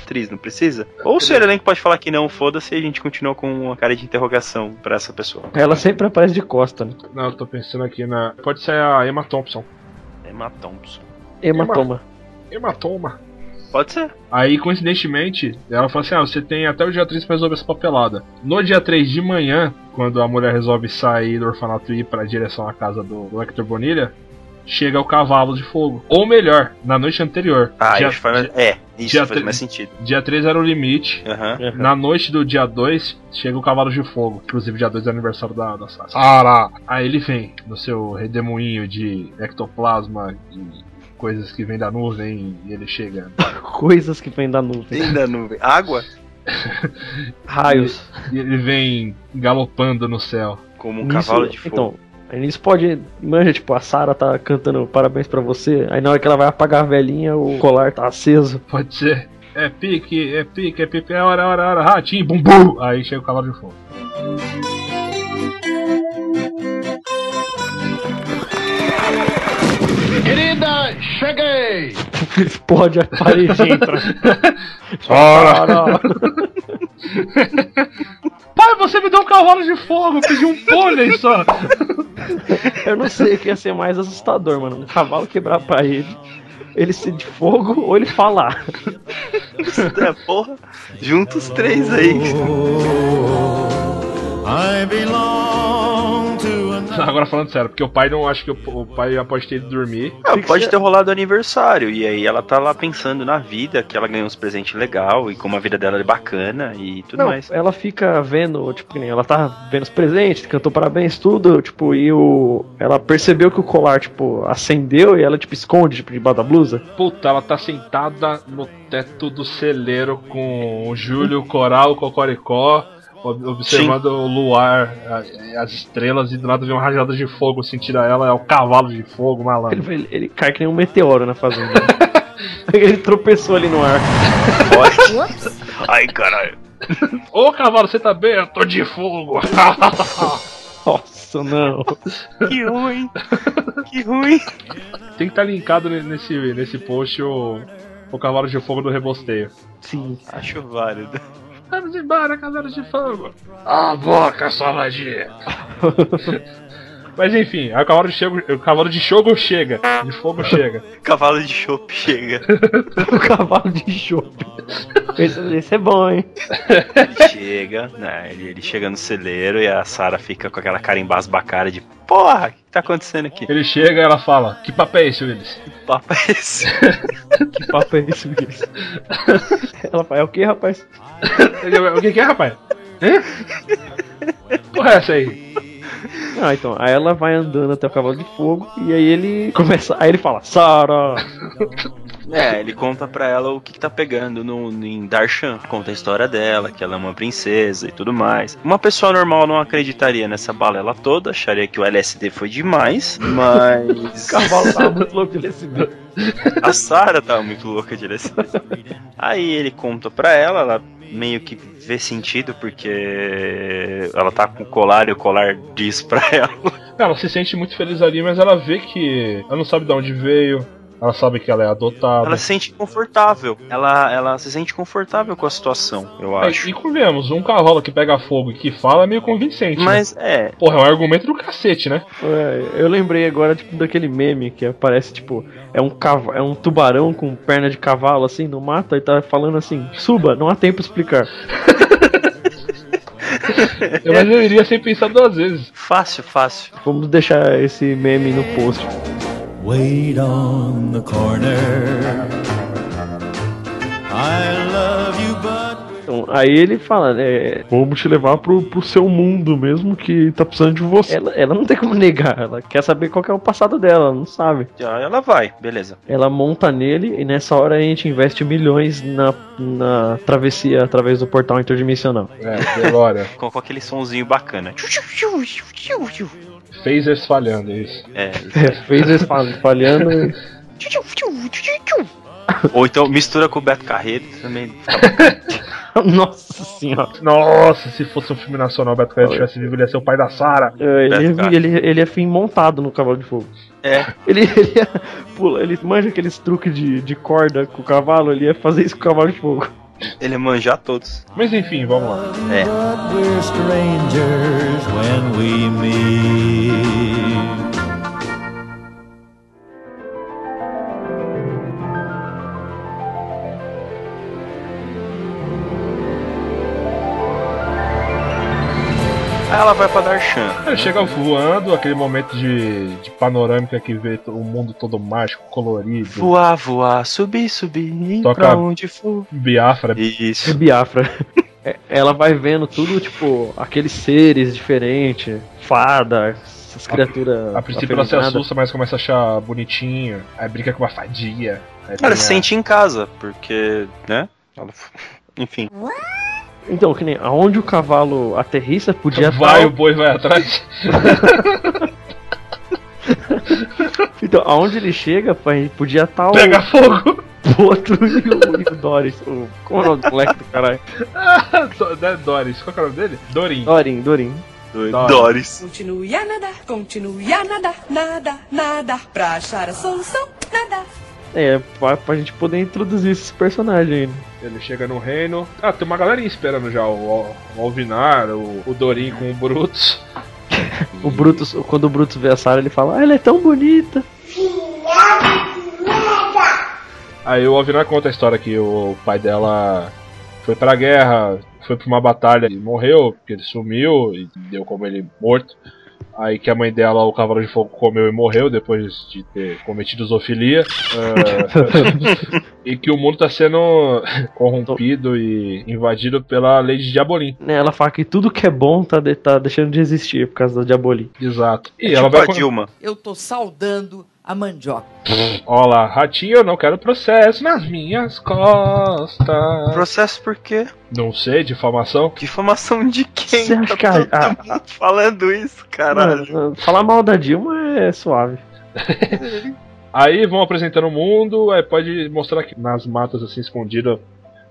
atriz, não precisa? Ou o senhor elenco pode falar que não, foda-se, e a gente continua com uma cara de interrogação pra essa pessoa.
Ela sempre aparece de costa, né?
Não, eu tô pensando aqui na. Pode ser a Emma Thompson.
Emma Thompson.
Hematoma.
Hematoma.
Pode ser.
Aí, coincidentemente, ela falou assim: ah, você tem até o dia 3 pra resolver essa papelada. No dia 3 de manhã, quando a mulher resolve sair do orfanato e ir pra direção à casa do, do Hector Bonilha, chega o cavalo de fogo. Ou melhor, na noite anterior.
Ah,
dia,
isso faz, é, isso
dia
faz
tre-
mais sentido.
dia 3 era o limite. Na noite do dia 2, chega o Cavalo de Fogo. Inclusive, dia 2 é aniversário da, da Sara. Sara! Aí ele vem no seu redemoinho de ectoplasma e coisas que vêm da nuvem e ele chega.
Coisas que vêm da nuvem.
Vem da nuvem. Água?
Raios.
E ele vem galopando no céu.
Como um
Nisso- Então, nisso pode. Manja, tipo, a Sarah tá cantando parabéns pra você, aí na hora que ela vai apagar a velhinha, o colar tá aceso.
Pode ser. É pique, é pique, é pique, é hora, hora, hora, ratinho, bum, bum. Aí chega o Cavalo de Fogo.
Querida, cheguei!
Explode a parede e entra.
Ora!
Pai, você me deu um cavalo de fogo, eu pedi um pônei só.
Eu não sei o que ia ser mais assustador, mano. Um cavalo quebrar a parede, ele ser de fogo ou ele falar.
é, porra. Junta os três aí.
I belong to
Não, agora falando sério, porque o pai não acha que o, o pai já pode ter ido dormir.
Ah, pode ter rolado aniversário, e aí ela tá lá pensando na vida, que ela ganhou uns presentes legal, e como a vida dela é bacana e tudo
não,
mais.
ela fica vendo, tipo, que nem ela tá vendo os presentes, cantou parabéns, tudo, tipo, e o. Ela percebeu que o colar, tipo, acendeu e ela, tipo, esconde, tipo, debaixo da blusa.
Puta, ela tá sentada no teto do celeiro com o Júlio, o Coral, o Cocoricó, ob- observando o luar, a- as estrelas, e do nada vem uma rajada de fogo, assim, tira ela, é o cavalo de fogo, malandro.
Ele, ele- ele cai que nem um meteoro na fazenda. ele tropeçou ali no ar.
Ai, caralho.
Ô cavalo, você tá bem? Eu tô de fogo.
Nossa, não.
Que ruim. Que ruim.
Tem que estar linkado ne- nesse, nesse post o, o cavalo de fogo do rebosteio.
Sim.
Acho válido.
Vamos embora, cavalo de fogo.
Ah, boca, sua vadia!
Mas enfim, aí o cavalo de, chego, o cavalo de chogo chega. De fogo chega.
Cavalo de chope chega.
o cavalo de chope. Esse, esse é bom, hein?
Ele chega, né? Ele, ele chega no celeiro e a Sarah fica com aquela cara embasbacada de porra, o que tá acontecendo aqui?
Ele chega e ela fala: Que papo é esse, Willis?
Que papo é esse?
Que papo é esse, Willis? Ela fala, é o que, rapaz?
Ele, o que, que é, rapaz? Hã? Porra, é essa aí?
Ah, então, aí ela vai andando até o cavalo de fogo e aí ele começa. Aí ele fala, Sara!
É, ele conta pra ela o que, que tá pegando no, no- em Darshan. Conta a história dela, que ela é uma princesa e tudo mais. Uma pessoa normal não acreditaria nessa balela toda, acharia que o LSD foi demais, mas.
O cavalo tava muito louco de LSD.
A Sarah tava muito louca de LSD. Aí ele conta pra ela, ela meio que vê sentido, porque ela tá com o colar e o colar diz pra
Tá
ela.
Ela se sente muito feliz ali, mas ela vê que. Ela não sabe de onde veio. Ela sabe que ela é adotada.
Ela se sente confortável. Ela, ela se sente confortável com a situação, eu
É,
acho.
e convenhamos, um cavalo que pega fogo e que fala é meio convincente.
Mas é.
Porra, é um argumento do cacete, né?
É, eu lembrei agora, tipo, daquele meme que aparece, tipo, é um, cava é um tubarão com perna de cavalo, assim, no mato, e tá falando assim, suba, não há tempo pra explicar.
É.
Eu- Mas eu iria sem pensar duas vezes.
Fácil, fácil.
Vamos deixar esse meme no post.
Wait on the corner. I love you, but
Então, aí ele fala, né? Vamos te levar pro, pro seu mundo mesmo que tá precisando de você. Ela, ela não tem como negar, ela quer saber qual que é o passado dela, ela não sabe.
Já ela vai, beleza.
Ela monta nele e nessa hora a gente investe milhões na, na travessia através do portal interdimensional.
É, Delória.
Colocou aquele sonzinho bacana.
Phasers falhando, é isso.
É,
É, fez esse fal- falhando.
Ou então mistura com o Beto Carreiro também.
Nossa senhora.
Nossa, se fosse um filme nacional, o Beto Carreiro tivesse vivo, ele ia ser o pai da Sarah.
É, Ele, é- ele, ele é fim montado no cavalo de fogo.
É.
Ele, ele ia pula, ele manja aqueles truques de, de corda com o cavalo, ele ia fazer isso com o cavalo de fogo.
Ele ia manjar todos.
Mas enfim, vamos lá.
But we're strangers when we meet.
Aí ela vai pra Darshan.
Ele É, chega voando, aquele momento de, de panorâmica que vê to- o mundo todo mágico, colorido.
Voar, voar, subir, subir,
Toca-
pra onde for.
Biafra.
Isso.
É Biafra. É, Ela vai vendo tudo, tipo, aqueles seres diferentes, fada, essas criaturas.
A princípio ela se
afeminadas.
assusta, mas começa a achar bonitinho. Aí brinca com uma fadia. Aí tem
Ela
a-
se sente em casa, porque, né? Ela- Enfim.
Então, que nem aonde o cavalo aterrissa podia
Vai,
tá-
o boi vai atrás.
Então, aonde ele chega, pai, podia estar
Pega
o.
fogo!
Boto e o, e o Doris. O, como é o nome do moleque do caralho?
Do- né, Doris, qual que é o nome dele? Dorin.
Dorin, Dorin.
Doris.
Continue a nadar, continue a nadar, nada, nada, pra achar a solução, nada.
É, pra, pra gente poder introduzir esses personagens né? ainda.
Ele chega no reino. Ah, tem uma galerinha esperando já. O, o Alvinar, o, o Dorin com o Brutus.
O Brutus, quando o Brutus vê a Sarah, ele fala, ah, ela é tão bonita.
Aí o Alvinar conta a história que o pai dela foi pra guerra, foi pra uma batalha e morreu, porque ele sumiu e deu como ele morto. Aí que a mãe dela, o Cavalo de Fogo, comeu e morreu depois de ter cometido zoofilia. Ah, e que o mundo tá sendo corrompido e invadido pela lei de Diabolim.
Né, Ela fala que tudo que é bom tá, de- tá deixando de existir por causa da Diaboli.
Exato.
É
E
Tipo
ela vai.
Eu tô saudando a mandioca.
Olha lá, ratinho, eu não quero processo nas minhas
Ah.
costas.
Processo por quê?
Não sei, difamação.
Difamação de quem?
Você acha que a- a-
Tá falando isso, caralho.
Mano, falar mal da Dilma é suave.
Aí vão apresentando o mundo, aí pode mostrar que nas matas assim escondidas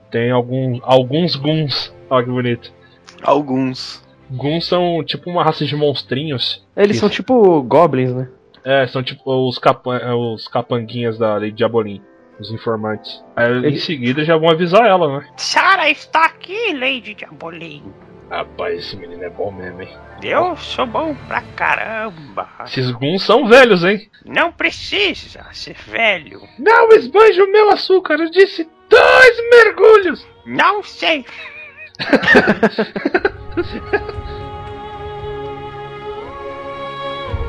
tem algum, alguns guns. Olha que bonito.
Alguns.
Guns são tipo uma raça de monstrinhos.
Eles são tipo goblins, né?
É, são tipo os, capan é, os capanguinhas da Lady Diabolim, os informantes. Aí em seguida já vão avisar ela, né?
Sara está aqui, Lady Diabolim.
Rapaz, esse menino é bom mesmo, hein?
Eu sou bom pra caramba.
Esses guns são velhos, hein?
Não precisa ser velho.
Não esbanje o meu açúcar, eu disse dois mergulhos!
Não sei.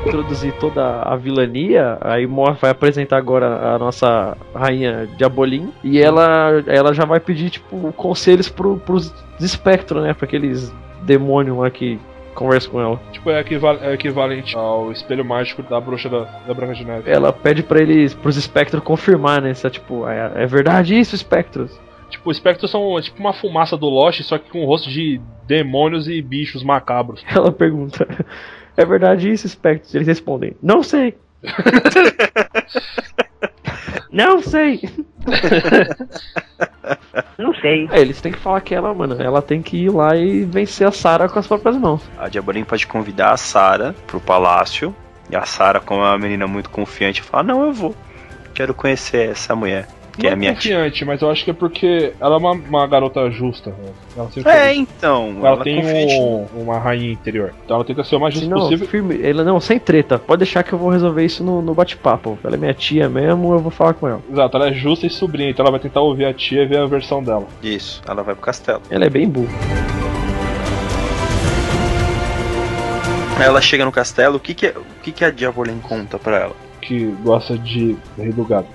Introduzir toda a vilania, aí Mor vai apresentar agora a nossa rainha Diabolim. E ela, ela já vai pedir, tipo, conselhos pro, pros espectro, né? Pra aqueles demônios lá que conversam com ela.
Tipo, é, equival- é equivalente ao espelho mágico da bruxa da, da Branca de Neve.
Ela pede pra eles, pros espectros confirmar, né? Se é tipo, é, é verdade isso, espectros?
Tipo, espectros são tipo uma fumaça do Lost, só que com o rosto de demônios e bichos macabros.
Ela pergunta, é verdade isso, espectros? Eles respondem, não sei. não sei.
Não sei.
É, eles têm que falar que ela, mano, ela tem que ir lá e vencer a Sarah com as próprias mãos.
A Diabolim pode convidar a Sara pro palácio. E a Sara, como é uma menina muito confiante, fala: Não, eu vou. Quero conhecer essa mulher, que é a
Não
minha tia.
confiante, mas eu acho que é porque ela é uma, uma garota justa. né? Ela sempre
É, então.
Ela, tem
confiante.
um, uma rainha interior. Então ela tenta ser o mais justa
Assim, não,
possível.
firme. Ela, não, sem treta. Pode deixar que eu vou resolver isso no, no bate-papo. Ela é minha tia mesmo, eu vou falar com ela.
Exato, ela é justa e sobrinha, então ela vai tentar ouvir a tia e ver a versão dela.
Isso, ela vai pro castelo.
Ela é bem burra.
Aí Ela chega no é- castelo, o que que, o que, que a Diabolim conta pra ela?
Que gosta de rei do gado.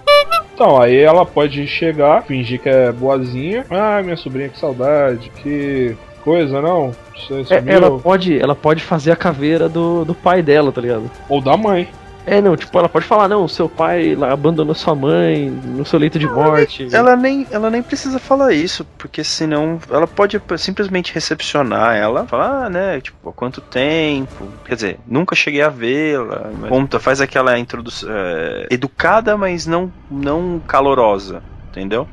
Então, aí ela pode chegar, fingir que é boazinha. Ah, minha sobrinha, que saudade, que coisa, não? Você
É,
sumiu.
ela, pode, ela pode fazer a caveira do, do pai dela, tá ligado?
Ou da mãe.
É, não, tipo, ela pode falar, não, seu pai lá, abandonou sua mãe no seu leito de morte.
Ela nem, ela nem precisa falar isso, porque senão ela pode simplesmente recepcionar ela, falar, ah, né, tipo, há quanto tempo, quer dizer, nunca cheguei a vê-la, mas conta, faz aquela introdução, é, educada, mas não, não calorosa. Entendeu?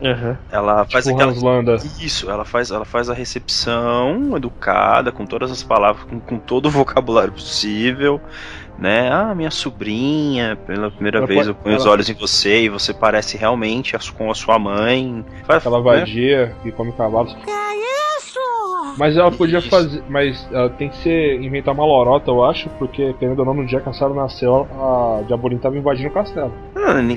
Ela faz
Tipo
aquela.
Hans Landa.
Isso, ela faz, ela faz a recepção educada, com todas as palavras, com, com todo o vocabulário possível. Né? Ah, minha sobrinha, pela primeira
Ela
vez
pode-
eu ponho os
ela-
olhos em você e você parece realmente a su- com a sua mãe. Faz, né?
Aquela vadia que come cavalos. Mas ela podia fazer. Mas ela tem que ser. inventar uma lorota, eu acho, porque querendo ou não, no dia que a Sarah nasceu, a Diabolinha tava invadindo o castelo.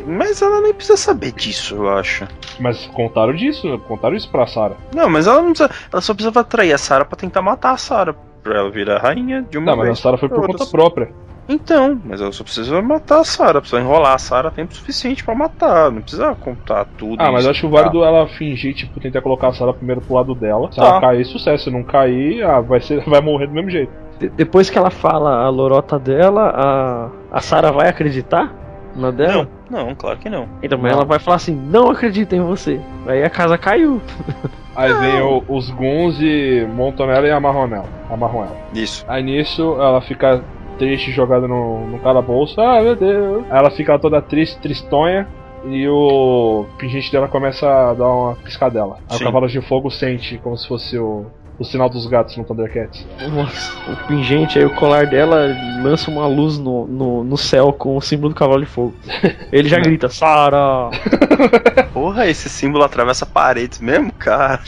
mas ela Ah, nem precisa saber disso, eu acho.
Mas contaram disso, contaram isso pra Sarah.
Não, mas ela não precisa, ela só precisava atrair a Sarah pra tentar matar a Sarah, pra ela virar rainha de uma
Não, mas
vez.
a Sarah foi por
Todas.
conta própria.
Então, mas ela só precisa matar a Sarah, precisa enrolar a Sarah tempo suficiente pra matar, não precisa contar tudo.
Ah, mas
isso,
eu acho
tá?
válido ela fingir, tipo, tentar colocar a Sarah primeiro pro lado dela. Se
Tá.
ela cair, sucesso. Se não cair, ah, vai, ser, vai morrer do mesmo jeito.
De- depois que ela fala a lorota dela, a, a Sarah vai acreditar na dela?
Não, claro que não.
Então, mas ela vai falar assim, não acredito em você. Aí a casa caiu.
Aí vem o- os Guns e montam nela e amarram nela. Amarram ela.
Isso.
Aí nisso ela fica triste, jogada no, no calabouço. Ah, meu Deus. Aí ela fica toda triste, tristonha. E o pingente dela começa a dar uma piscadela. Aí
Sim.
o cavalo de fogo sente como se fosse o, o sinal dos gatos no Thundercats.
Nossa, o pingente aí, o colar dela lança uma luz no, no, no céu com o símbolo do cavalo de fogo. Ele já grita, Sarah!
Porra, esse símbolo atravessa paredes mesmo, cara.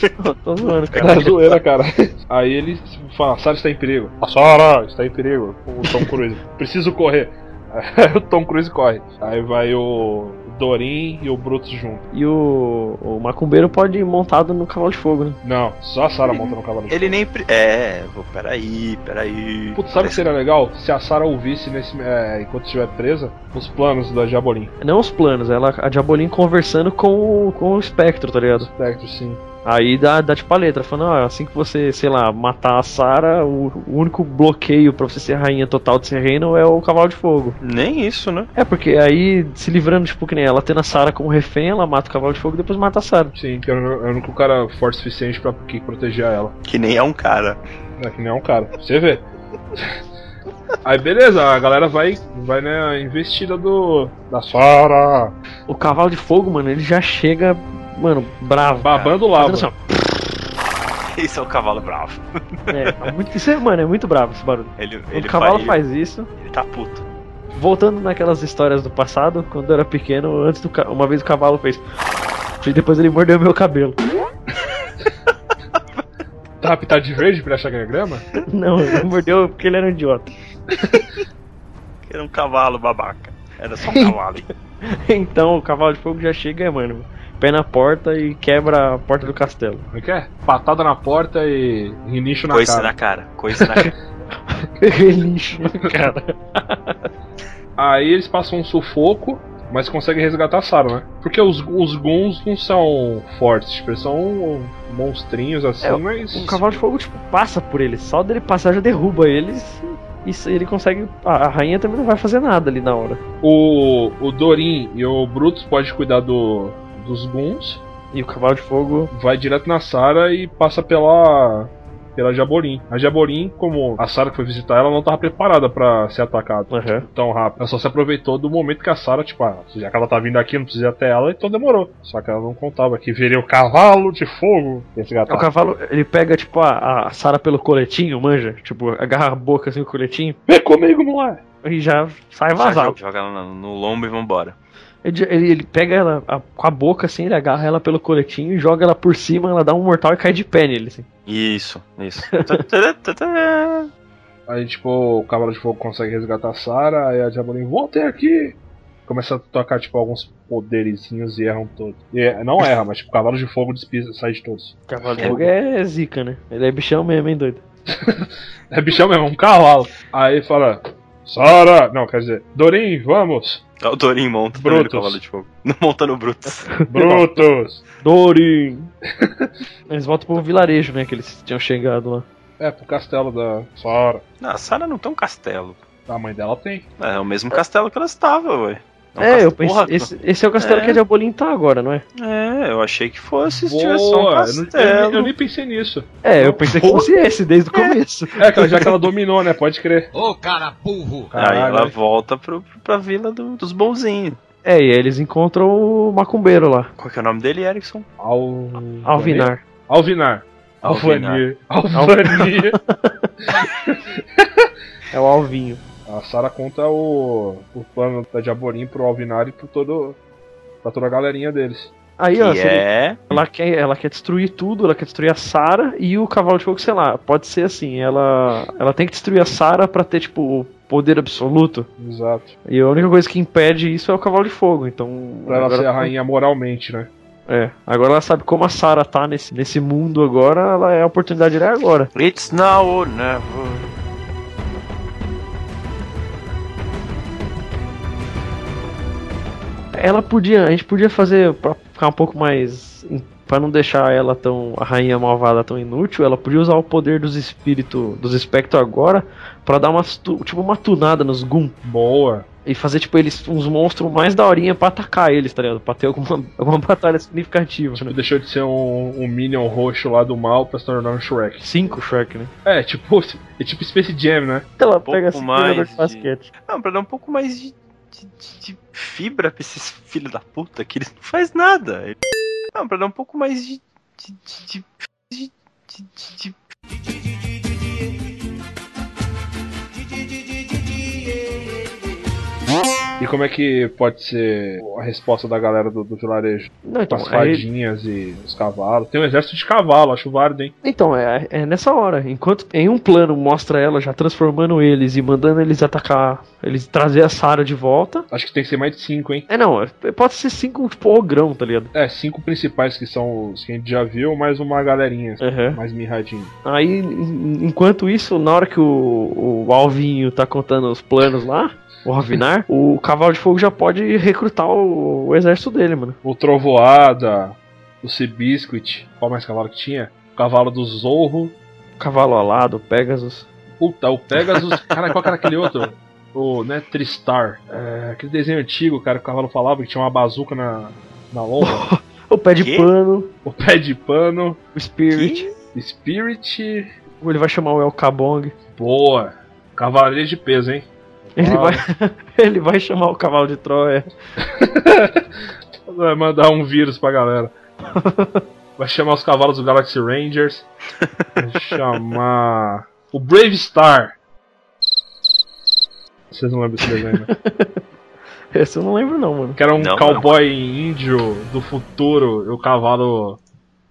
Tô zoando,
É uma zoeira, cara. Aí ele fala, Sara está em perigo. A Sara está em perigo. O Tom Cruise. Preciso correr. Aí o Tom Cruise corre. Aí vai o Dorin e o Brutus junto.
E o, o macumbeiro pode ir montado no cavalo de fogo, né?
Não, só a Sara monta no cavalo.
Ele nem. pre- É, pô, peraí, peraí.
Putz, sabe o que seria legal? Se a Sara ouvisse nesse, é, enquanto estiver presa, os planos da Jabolim.
Não os planos, ela, a Diabolim conversando com, o- com o espectro, tá ligado?
Espectro, sim.
Aí dá, dá tipo a letra, falando, ó, assim que você, sei lá, matar a Sarah, o, o único bloqueio pra você ser rainha total desse reino é o cavalo de fogo.
Nem isso, né?
É, porque aí, se livrando, tipo, que nem ela tendo a Sarah como refém, ela mata o cavalo de fogo e depois mata a Sarah.
Sim, que é o único cara forte o suficiente pra que proteger ela.
Que nem é um cara.
É que nem é um cara. Você vê. Aí beleza, a galera vai, vai né, investida do. da Sara.
O cavalo de fogo, mano, ele já chega, mano, bravo.
Babando
lá,
lava.
Assim, ó.
Esse é o cavalo bravo.
é, é muito, isso é, mano, é muito bravo esse barulho.
Ele,
Quando
ele
o cavalo
vai-
faz isso.
Ele tá puto.
Voltando naquelas histórias do passado, quando eu era pequeno, antes do ca- uma vez o cavalo fez. E depois ele mordeu meu cabelo.
Tá pintado de verde pra ele achar que é grama?
Não, ele mordeu porque ele era um idiota.
Era um cavalo babaca. Era só um cavalo.
Então o cavalo de fogo já chega, mano. Pé na porta e quebra a porta do castelo.
Como é que é? Patada na porta e nicho na
Coice
cara.
na cara. É Coice na cara.
Relincho na cara.
Aí eles passam um sufoco, mas conseguem resgatar a Sarah, né? Porque os, os Guns não são fortes, tipo, eles são monstrinhos assim,
É, o-
mas.
O cavalo de fogo, tipo, passa por eles. Só dele passar já derruba eles. E se ele consegue. A a rainha também não vai fazer nada ali na hora.
O, o Dorin e o Brutus pode cuidar do, dos Guns.
E o cavalo de fogo.
Vai direto na Sara e passa pela. pela Jaborim. A Jaborim, como a Sara que foi visitar ela, não tava preparada pra ser atacada tão rápido. Ela só se aproveitou do momento que a Sara, tipo, ah, já que ela tá vindo aqui, não precisa ir até ela, então demorou. Só que ela não contava que viria o cavalo de fogo. Esse gato.
O cavalo, ele pega, tipo, a, a Sara pelo coletinho, manja. Tipo, agarra a boca assim, o coletinho.
Vem comigo, moleque!
E já sai vazado.
Joga, joga ela no, no lombo e vambora.
Ele, ele- ele pega ela a- com a boca assim, ele agarra ela pelo coletinho, joga ela por cima, ela dá um mortal e cai de pé nele, assim.
Isso, isso.
Aí, tipo, o Cavalo de Fogo consegue resgatar a Sarah, aí a Diabolim, voltem aqui! Começa a tocar, tipo, alguns poderizinhos e erram todos. E, é, não erra, mas, tipo, o Cavalo de Fogo despisa, sai de todos.
Cavalo de fogo é zica, né? Ele é bichão mesmo, hein, doido?
É bichão mesmo, um cavalo. Aí fala, Sarah! Não, quer dizer, Dorim, vamos!
Ah, O Dorin monta também no
Brutus.
cavalo de fogo. Não monta no Brutus.
Brutus!
Dorim! Eles voltam pro vilarejo, né? Que eles tinham chegado lá.
É, pro castelo da Sora.
Não, a Sara não tem um castelo.
A mãe dela tem.
É, é o mesmo castelo que ela estava, ué. um
É,
castelo-
eu pensei.
Porra,
esse, esse é o castelo que a Diabolim tá agora, não é?
É, eu achei que fosse se
Boa,
tivesse só um
eu, não- eu,
castelo.
nem pensei nisso.
É, eu pensei que
Porra.
fosse esse desde o começo.
É, que ela- já que ela dominou, né? Pode crer.
Ô, cara burro!
Aí
Caralho.
ela volta pro, pra vila do- dos bonzinhos.
É, e aí eles encontram o macumbeiro lá.
Qual que é o nome dele, Erickson?
Al...
Alvinar.
Alvinar. Alvanir.
Alvinar.
Alvanir.
é o Alvinho.
A Sara conta o, o plano da Jaborim pro Alvinar e pro todo, pra toda a galerinha deles.
Aí, ó,
Que
você-
é?
ela, quer, ela quer destruir tudo, ela quer destruir a Sara e o cavalo de fogo, sei lá, pode ser assim, ela, ela tem que destruir a Sara pra ter, tipo, o poder absoluto.
Exato.
E a única coisa que impede isso é o cavalo de fogo, então.
Pra ela
agora-
ser a rainha moralmente, né?
É, agora ela sabe como a Sara tá nesse, nesse mundo agora, ela é a oportunidade dela é agora.
It's now or never.
Ela podia, a gente podia fazer pra ficar um pouco mais Pra não deixar ela tão a rainha malvada tão inútil, ela podia usar o poder dos espíritos, dos espectros agora pra dar uma tipo uma tunada nos Goon.
Boa.
E fazer tipo eles uns monstros mais daorinha pra atacar eles, tá ligado? Pra ter alguma, alguma batalha significativa. né?
Tipo, deixou de ser um, um Minion roxo lá do mal pra se tornar um Shrek.
Cinco Shrek, né?
É, tipo, é tipo Space Jam, né?
Então, Ela
pouco pega assim, mais jogador de de-
basquete.
Não, pra dar um pouco mais de, de- de- de fibra pra esses filhos da puta que eles não faz nada. Ele- Não, pra dar um pouco mais de. de, de, de, de, de, de- de-
E como é que pode ser a resposta da galera do, do vilarejo?
Não, então,
Com as
aí-
fadinhas e os cavalos. Tem um exército de cavalo, acho válido, hein?
Então, é, é nessa hora. Enquanto em um plano mostra ela já transformando eles e mandando eles atacar, eles trazer a Sarah de volta.
Acho que tem que ser mais de cinco, hein?
É não, é- pode ser cinco tipo ogrão, tá ligado?
É, cinco principais que são os que a gente já viu, mais uma galerinha, mais mirradinha.
Aí, en- enquanto isso, na hora que o, o Alvinho tá contando os planos lá, o Alvinar, o Cavalo de Fogo já pode recrutar o, o exército dele, mano.
O Trovoada, o Seabiscuit, qual mais cavalo que tinha? O cavalo do Zorro.
Cavalo alado, Pegasus.
Puta, o Pegasus. cara, qual que era aquele outro? O, né, Tristar. É, aquele desenho antigo, cara, que o cavalo falava que tinha uma bazuca na, na lomba.
O pé de pano.
O pé de pano.
O Spirit.
Spirit.
Ele vai chamar o El Cabong.
Boa. Cavaleiro de peso, hein?
Ele
Ah.
vai, ele vai chamar o cavalo de Troia.
Vai mandar um vírus pra galera. Vai chamar os cavalos do Galaxy Rangers. Vai chamar. O Brave Star. Vocês não lembram desse desenho, né?
Esse eu não lembro, não, mano.
Que era um
Não,
cowboy índio do futuro. E o cavalo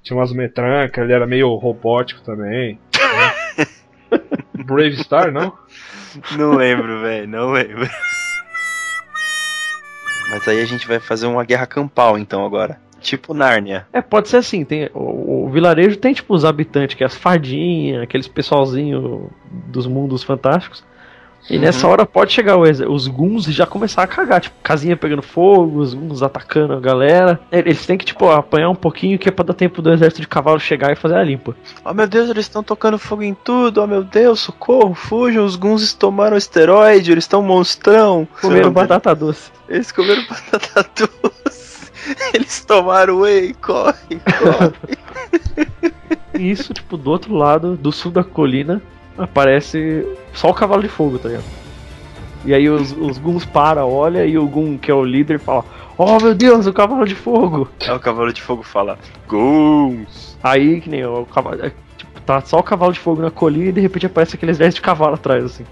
tinha umas metrancas. Ele era meio robótico também. né? Brave Star, não?
Não lembro, velho, não lembro. Mas aí a gente vai fazer uma guerra campal então agora. Tipo Nárnia.
É, pode ser assim, tem, o, o vilarejo tem tipo os habitantes, que é as fadinhas, aqueles pessoalzinho dos mundos fantásticos. E
Uhum.
nessa hora pode chegar o exa- os guns e já começar a cagar, tipo, casinha pegando fogo, os guns atacando a galera. E- Eles têm que, tipo, apanhar um pouquinho que é pra dar tempo do exército de cavalo chegar e fazer a limpa.
Oh meu Deus, eles estão tocando fogo em tudo. Oh meu Deus, socorro, fujam. Os Guns tomaram esteroide, eles estão monstrão.
Comeram batata doce.
Eles comeram batata doce. Eles tomaram whey, corre, corre.
E isso, tipo, do outro lado, do sul da colina, aparece só o cavalo de fogo, tá ligado? E aí os, os Guns para, olha, e o Gun, que é o líder, fala: Oh meu Deus, o cavalo de fogo!
Aí o Cavalo de Fogo fala: Guns!
Aí, que nem o cavalo. é, tipo, tá só o cavalo de fogo na colina e de repente aparece aquele exército de cavalo atrás, assim.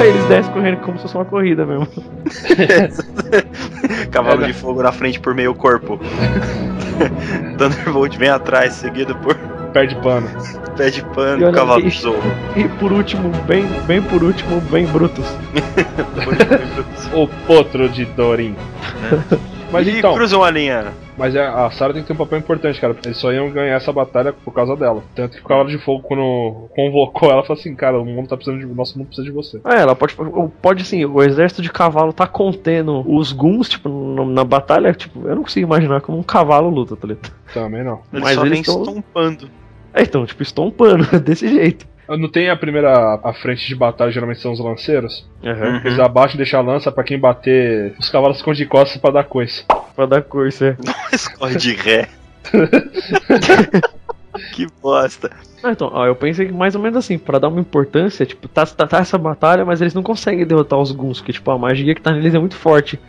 Aí eles descem correndo como se fosse uma corrida mesmo.
Cavalo de Fogo na frente por meio corpo. Thunderbolt vem atrás, seguido por.
Pé de pano.
Pé de
E
pano,
olha,
Cavalo
e-
de Zorro.
E por último, bem, bem por último, bem Brutus.
o potro de Dorim. Mas
Ih,
então.
cruzam a linha.
Mas a, a Sarah tem que ter um papel importante, cara. Eles só iam ganhar essa batalha por causa dela. Tanto que o Cavalo de Fogo, quando convocou ela, falou assim: Cara, o mundo tá precisando de. Nosso mundo precisa de você.
É, ela pode, pode assim, o exército de cavalo tá contendo os guns, tipo, no- na batalha, tipo, eu não consigo imaginar como um cavalo luta, tá ligado?
Também não.
Eles Mas só eles vêm tão-
estompando.
É, então, tipo, estompando, desse jeito.
Não tem a primeira a frente de batalha, geralmente são os lanceiros.
Uhum.
Eles abaixam e deixam a lança pra quem bater. Os cavalos ficam de costas pra dar coice.
Pra dar coice, é.
Escorre de ré. que bosta.
Ah, então, ó, eu pensei que mais ou menos assim, pra dar uma importância, tipo, tá, tá, tá essa batalha, mas eles não conseguem derrotar os Guns, porque, tipo, a magia que tá neles é muito forte.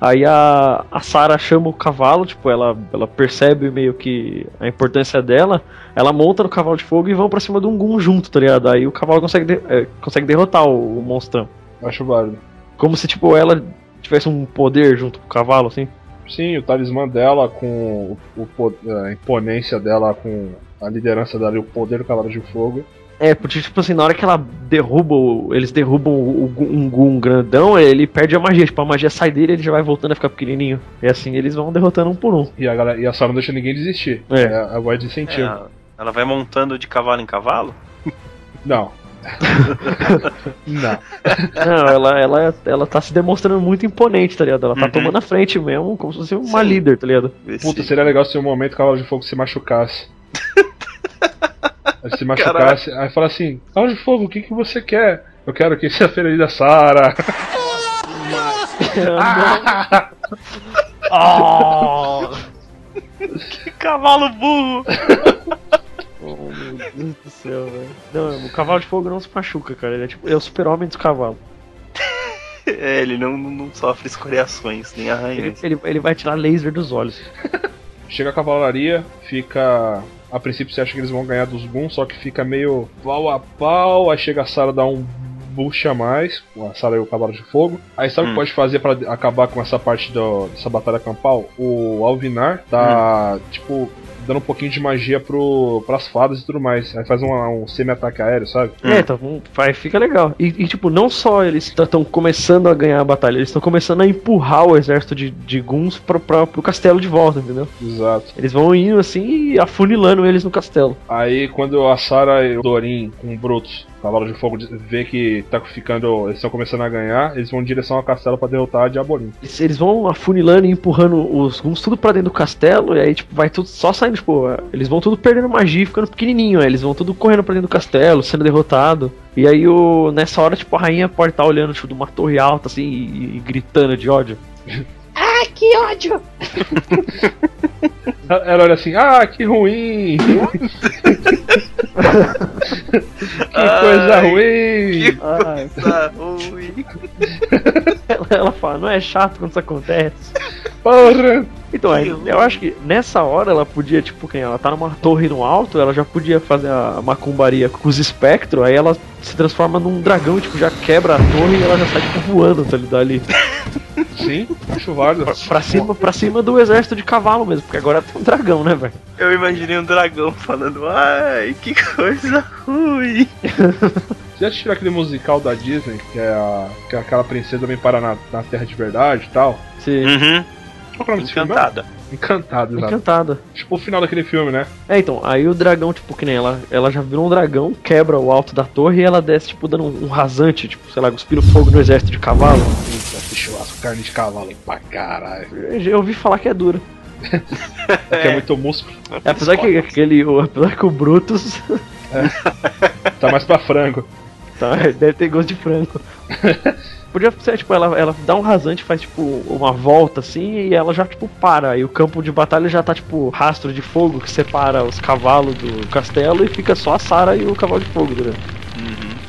Aí a, a Sarah chama o cavalo, tipo, ela, ela percebe meio que a importância dela, ela monta no cavalo de fogo e vão pra cima de um Gun junto, tá ligado? Aí o cavalo consegue, de- é, consegue derrotar o, o monstrão.
Acho válido.
Como se, tipo, ela tivesse um poder junto com o cavalo, assim.
Sim, o talismã dela com o, o po- é, a imponência dela com a liderança dela e o poder do Cavalo de Fogo.
É, porque, tipo assim, na hora que ela derruba, o- eles derrubam o, o, gu- um Gun grandão, ele perde a magia. Tipo, a magia sai dele ele já vai voltando a ficar pequenininho. E assim eles vão derrotando um por um.
E a, galera, e a Sarah não deixa ninguém desistir.
É.
a a voz de incentivo.
É, ela vai montando de cavalo em cavalo?
Não. Não.
Não, ela, ela, ela tá se demonstrando muito imponente, tá ligado? Ela tá
Uhum.
tomando a frente mesmo, como se fosse uma líder, tá ligado?
Puta, seria legal se em um momento o Cavalo de Fogo se machucasse. Ele se machucasse, aí fala assim: Cavalo de Fogo, o que, que você quer? Eu quero que seja feliz da Sarah.
que cavalo burro!
Oh, meu Deus do céu, velho. Não, o cavalo de fogo não se machuca, cara. Ele é tipo, ele é o super-homem dos cavalos.
É, ele não, não- não sofre escoriações nem
Ele,
arranhões.
ele, ele vai tirar laser dos olhos.
Chega a cavalaria, fica. A princípio você acha que eles vão ganhar dos Boom, só que fica meio pau a pau, aí chega a Sara dá um bucha a mais, com a Sara e o Cavalo de Fogo. Aí sabe o
Hum.
que pode fazer pra acabar com essa parte do- dessa batalha campal? O Alvinar tá, tipo, dando um pouquinho de magia pro, pras fadas e tudo mais. Aí faz um, um semi-ataque aéreo, sabe?
É, então vai, fica legal. E, e, tipo, não só eles estão começando a ganhar a batalha, eles estão começando a empurrar o exército de, de Guns pro, pra- pro castelo de volta, entendeu?
Exato.
Eles vão indo assim e afunilando eles no castelo.
Aí quando a Sara e o Dorin com o Brutus, cavalo de fogo, vê que tá ficando. Eles estão começando a ganhar, eles vão em direção ao castelo pra derrotar a Diabolim.
Eles, eles vão afunilando e empurrando os Guns tudo pra dentro do castelo, e aí, tipo, vai tudo só saindo, tipo, eles vão tudo perdendo magia e ficando pequenininho, aí eles vão tudo correndo pra dentro do castelo, sendo derrotado. E aí, o, nessa hora, tipo, a rainha pode estar olhando, tipo, de uma torre alta, assim, e- e gritando de ódio.
Ah, que ódio!
Ela olha assim, ah, que ruim! que coisa
Ai,
ruim!
Ai.
Ah,
ela, ela fala, não é chato quando isso acontece.
Porra!
Então, aí, eu acho que nessa hora ela podia, tipo, quem? Ela tá numa torre no alto, ela já podia fazer a macumbaria com os espectros, aí ela se transforma num dragão, tipo, já quebra a torre e ela já sai, tipo, voando, tá ligado? Ali.
Sim, acho válido.
Pra, pra cima, pra cima do exército de cavalo mesmo, porque agora tem um dragão, né, velho?
Eu imaginei um dragão falando, ai, que coisa ruim.
Você já assistiu aquele musical da Disney, que é, a, que é aquela princesa vem parar na, na Terra de Verdade e tal?
Sim.
Qual que é o nome desse filme?
Encantada.
Encantada, exato.
Encantada.
Tipo o final daquele filme, né?
É, então, aí o dragão, tipo, que nem ela, ela já virou um dragão, quebra o alto da torre e ela desce, tipo, dando um, um rasante, tipo, sei lá, cuspindo fogo no exército de cavalo.
Puta, que churrasco, carne de cavalo pra caralho.
Eu já ouvi falar que é dura.
É que é muito músculo.
Apesar que aquele. o- Apesar que o Brutus.
Tá mais pra frango.
Tá, deve ter gosto de frango. Podia ser, tipo, ela, ela dá um rasante, faz tipo uma volta assim e ela já, tipo, para. E o campo de batalha já tá, tipo, rastro de fogo que separa os cavalos do castelo e fica só a Sara e o cavalo de fogo, né?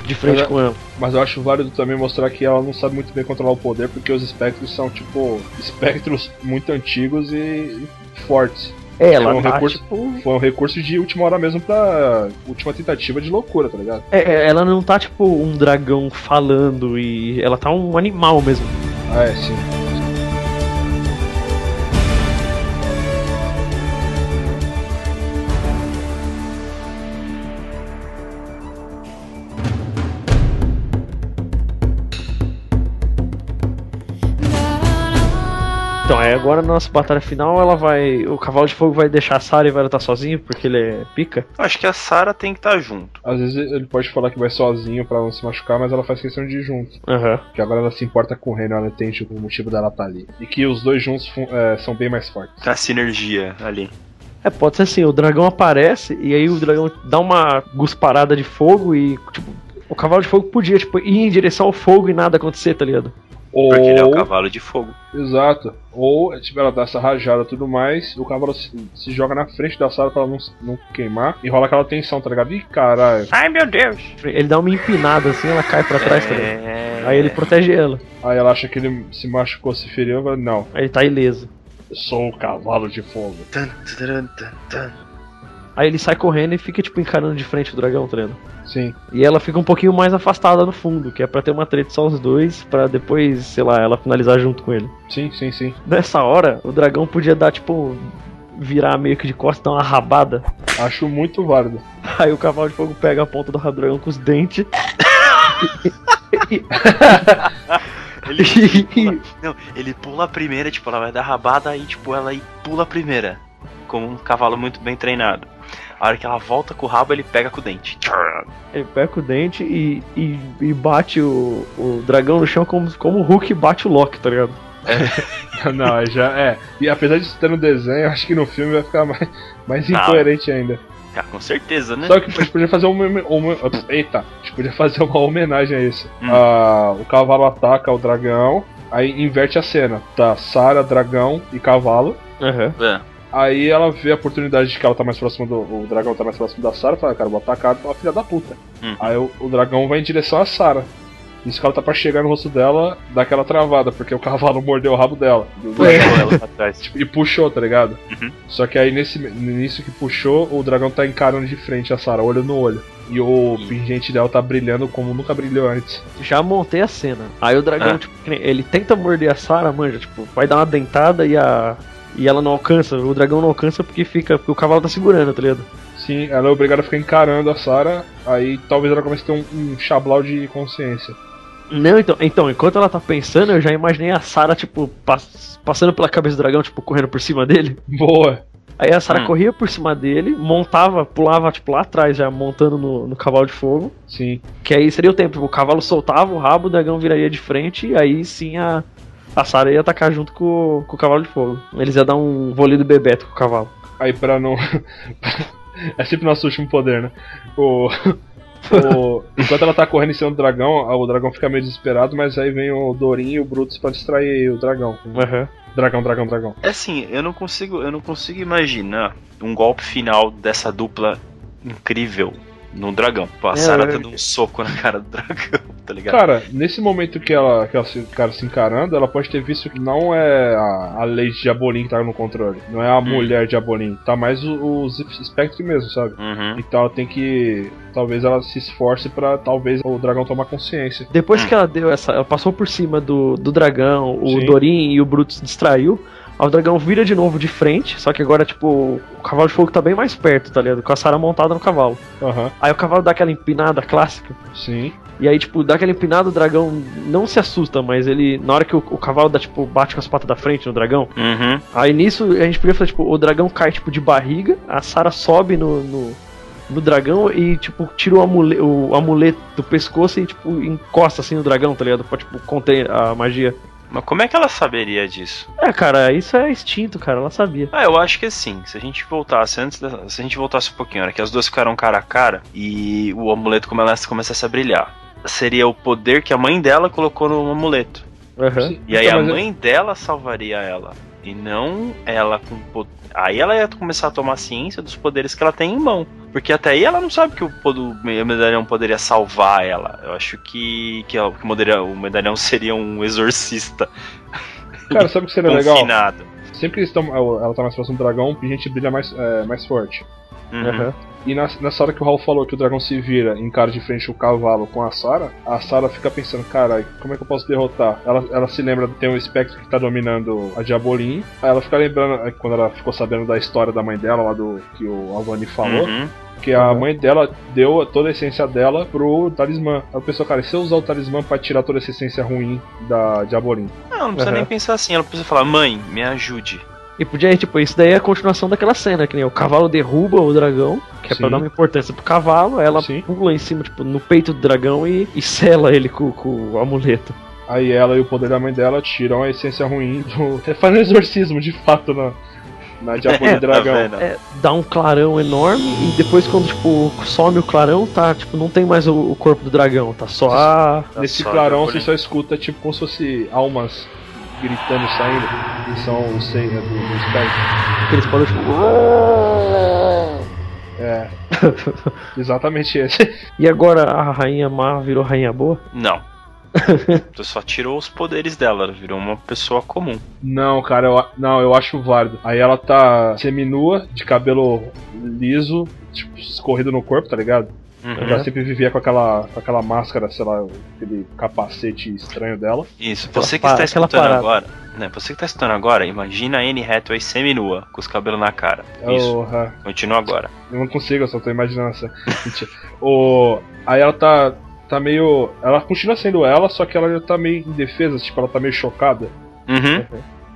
De frente
Mas-
com ela.
Mas eu acho válido também mostrar que ela não sabe muito bem controlar o poder, porque os espectros são, tipo, espectros muito antigos e e fortes.
É, ela
foi um,
tá,
recurso, foi um recurso de última hora mesmo pra última tentativa de loucura, tá ligado?
É, é, ela não tá, tipo, um dragão falando e. Ela tá um animal mesmo.
Ah, é, sim.
Então, é agora na nossa batalha final, ela vai. O cavalo de fogo vai deixar a Sarah e vai lutar sozinho, porque ele é pica.
Acho que a Sarah tem que estar junto.
Às vezes ele pode falar que vai sozinho pra não se machucar, mas ela faz questão de ir junto.
Aham.
Que agora ela se importa com o reino, ela entende o motivo dela estar ali. E que os dois juntos fun- é, são bem mais fortes.
Tem a sinergia ali.
É, pode ser assim, o dragão aparece e aí o dragão dá uma gusparada de fogo e, tipo, o cavalo de fogo podia, tipo, ir em direção ao fogo e nada acontecer, tá ligado?
Ou...
Porque ele é o cavalo de fogo.
Exato. Ou, tipo, ela dá essa rajada e tudo mais, o cavalo se, se joga na frente da sala pra ela não, não queimar e rola aquela tensão, tá ligado? Ih, caralho.
Ai meu Deus!
Ele dá uma empinada assim, ela cai pra trás, tá ligado? Aí ele protege ela.
Aí ela acha que ele se machucou, se feriu, mas não.
Aí ele tá ileso.
Eu sou o cavalo de fogo.
Aí ele sai correndo e fica, tipo, encarando de frente o dragão, tá ligado?
Sim.
E ela fica um pouquinho mais afastada no fundo, que é pra ter uma treta só os dois, pra depois, sei lá, ela finalizar junto com ele.
Sim, sim, sim.
Nessa hora, o dragão podia dar, tipo, virar meio que de costas, dar uma rabada.
Acho muito válido.
Aí o cavalo de fogo pega a ponta do rabo do dragão com os dentes.
Ele pula, não, ele pula a primeira, tipo, ela vai dar rabada e tipo, ela aí pula a primeira. Como um cavalo muito bem treinado. A hora que ela volta com o rabo, ele pega com o dente.
Ele pega o dente e, e, e bate o, o dragão no chão como, como o Hulk bate o Loki, tá ligado?
não, já é. E apesar de estar no desenho, eu acho que no filme vai ficar mais, mais
Ah.
incoerente ainda.
Ah, com certeza, né?
Só que tipo, a gente podia fazer uma, uma- ups, eita, a gente podia fazer uma homenagem a isso. Ah, o cavalo ataca o dragão, aí inverte a cena. Tá Sara, dragão e cavalo.
É.
Aí ela vê a oportunidade de que ela tá mais próxima do. O dragão tá mais próximo da Sara, fala, cara, eu vou atacar uma filha da puta.
Uhum.
Aí o, o dragão vai em direção à Sara. Isso que ela tá pra chegar no rosto dela, dá aquela travada, porque o cavalo mordeu o rabo dela. Do dragão. Tipo, E puxou, tá ligado? Só que aí nesse nisso que puxou, o dragão tá encarando de frente a Sarah, olho no olho. E o pingente dela tá brilhando como nunca brilhou antes.
Já montei a cena. Aí o dragão,
Ah.
tipo, que nem- ele tenta morder a Sarah, manja, tipo, vai dar uma dentada e a. E ela não alcança, o dragão não alcança porque fica. Porque o cavalo tá segurando, tá ligado?
Sim, ela é obrigada a ficar encarando a Sarah, aí talvez ela comece a ter um, um chablau de consciência.
Não, então, então, enquanto ela tá pensando, eu já imaginei a Sarah, tipo, pass- passando pela cabeça do dragão, tipo, correndo por cima dele.
Boa.
Aí a Sarah
Hum.
corria por cima dele, montava, pulava, tipo, lá atrás, já montando no, no cavalo de fogo.
Sim.
Que aí seria o tempo, tipo, o cavalo soltava o rabo, o dragão viraria de frente, e aí sim a, a Sarah ia atacar junto com, o- com o cavalo de fogo. Eles iam dar um voleio do Bebeto com o cavalo.
Aí pra não. é sempre nosso último poder, né? O. o- Enquanto ela tá correndo em cima do dragão, o dragão fica meio desesperado, mas aí vem o Dorinho e o Brutus pra distrair o dragão. Dragão, dragão, dragão.
É assim, eu não consigo, eu não consigo imaginar um golpe final dessa dupla incrível no dragão. Pô, a
É,
Sarah
é.
dando um soco na cara do dragão, tá ligado?
Cara, nesse momento que ela, que ela se, cara, se encarando, ela pode ter visto que não é a, a lei de Diabolim que tá no controle. Não
Hum.
é a mulher de Diabolim. Tá mais o, o Zip Spectre mesmo, sabe?
Uhum,
Então ela tem que. Talvez ela se esforce pra talvez o dragão tomar consciência.
Depois que ela deu essa. Ela passou por cima do, do dragão, o
Sim.
Dorin e o Brutus distraiu. Aí o dragão vira de novo de frente, só que agora, tipo, o cavalo de fogo tá bem mais perto, tá ligado? Com a Sarah montada no cavalo.
Aham.
Aí o cavalo dá aquela empinada clássica.
Sim.
E aí, tipo, dá aquela empinada, o dragão não se assusta, mas ele. Na hora que o, o cavalo dá, tipo, bate com as patas da frente no dragão.
Uhum.
Aí nisso a gente podia falar, tipo, o dragão cai, tipo, de barriga, a Sarah sobe no. no no dragão e, tipo, tira o, amule o amuleto do pescoço e, tipo, encosta assim no dragão, tá ligado? Pra, tipo, conter a magia.
Mas como é que ela saberia disso?
É, cara, isso é instinto, cara, ela sabia.
Ah, eu acho que assim, se a gente voltasse antes da, se a gente voltasse um pouquinho, a hora que as duas ficaram cara a cara e o amuleto come- ela começasse a brilhar, seria o poder que a mãe dela colocou no amuleto.
Aham.
E aí
Então,
a
é,
mas-
mãe dela salvaria ela. E não ela com po- Aí ela ia começar a tomar ciência dos poderes que ela tem em mão. Porque até aí ela não sabe que o, pod- o medalhão poderia salvar ela. Eu acho que, que, ela- que o, medalhão, o medalhão seria um exorcista.
Cara, sabe o que seria legal?
Confinado.
Sempre que eles tão, ela tá mais próximo do dragão, a gente brilha mais, é, mais é, forte.
Uhum.
E na- nessa hora que o Raul falou que o dragão se vira e encara de frente o cavalo com a Sara, a Sara fica pensando, caralho, como é que eu posso derrotar? Ela, ela se lembra, tem um espectro que tá dominando a Diabolim. Aí ela fica lembrando, aí quando ela ficou sabendo da história da mãe dela, lá do que o Avani falou.
Uhum.
Que a mãe dela deu toda a essência dela pro talismã. Ela pensou, cara, e se eu usar o talismã pra tirar toda essa essência ruim da Diabolim?
Não, não precisa nem pensar assim. Ela precisa falar, mãe, me ajude.
E podia, tipo, isso daí é a continuação daquela cena, que nem o cavalo derruba o dragão, que é pra
Sim.
dar uma importância pro cavalo, ela pula em cima, tipo, no peito do dragão e, e sela ele com, com o amuleto.
Aí ela e o poder da mãe dela tiram a essência ruim do. Faz um exorcismo, de fato, na, na
Tá
Diabolim
É,
Tá Dragão.
é, dá um clarão enorme e depois quando, tipo, some o clarão, tá, tipo, não tem mais o, o corpo do dragão, tá só a...
Nesse clarão você só escuta tipo como se fosse almas gritando saindo. Que são os seis né, do, do espectro.
Aqueles barulhos tipo...
É. Exatamente esse.
E agora a rainha má virou rainha boa?
Não. tu só tirou os poderes dela, ela virou uma pessoa comum.
Não, cara, eu, a- não, eu acho válido. Aí ela tá seminua, de cabelo liso, tipo, escorrido no corpo, tá ligado?
Uhum.
Ela sempre vivia com aquela, com aquela máscara, sei lá, aquele capacete estranho dela.
Isso,
Aquela
você que
pa-
está
aquela
escutando
parada.
agora, né? Você que tá escutando agora, imagina a Anne Hathaway seminua, com os cabelos na cara.
É
Isso.
Porra.
Continua agora.
Eu não consigo, eu só tô imaginando essa. Mentira. o... Aí ela tá. tá meio. Ela continua sendo ela, só que ela já tá meio indefesa, tipo, ela tá meio chocada.
Uhum.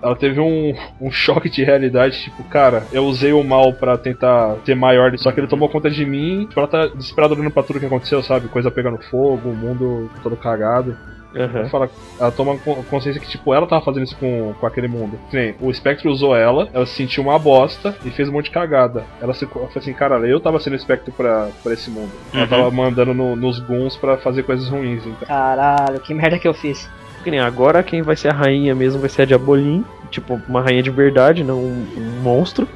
Ela teve um, um choque de realidade, tipo, cara, eu usei o mal pra tentar ser maior, só que ele tomou conta de mim. Tipo, ela tá desesperada olhando pra tudo que aconteceu, sabe? Coisa pegando fogo, o mundo todo cagado.
Uhum.
Ela, fala- ela toma con- consciência que, tipo, ela tava fazendo isso com, com aquele mundo. Que nem, o Spectre usou ela, ela se sentiu uma bosta e fez um monte de cagada. Ela se, ela falou assim, cara, eu tava sendo Spectre pra, pra esse mundo. Ela
Uhum.
tava mandando no- nos Guns pra fazer coisas ruins, então.
Caralho, que merda que eu fiz.
Que nem agora quem vai ser a rainha mesmo vai ser a Diabolim, tipo, uma rainha de verdade, não um, um monstro.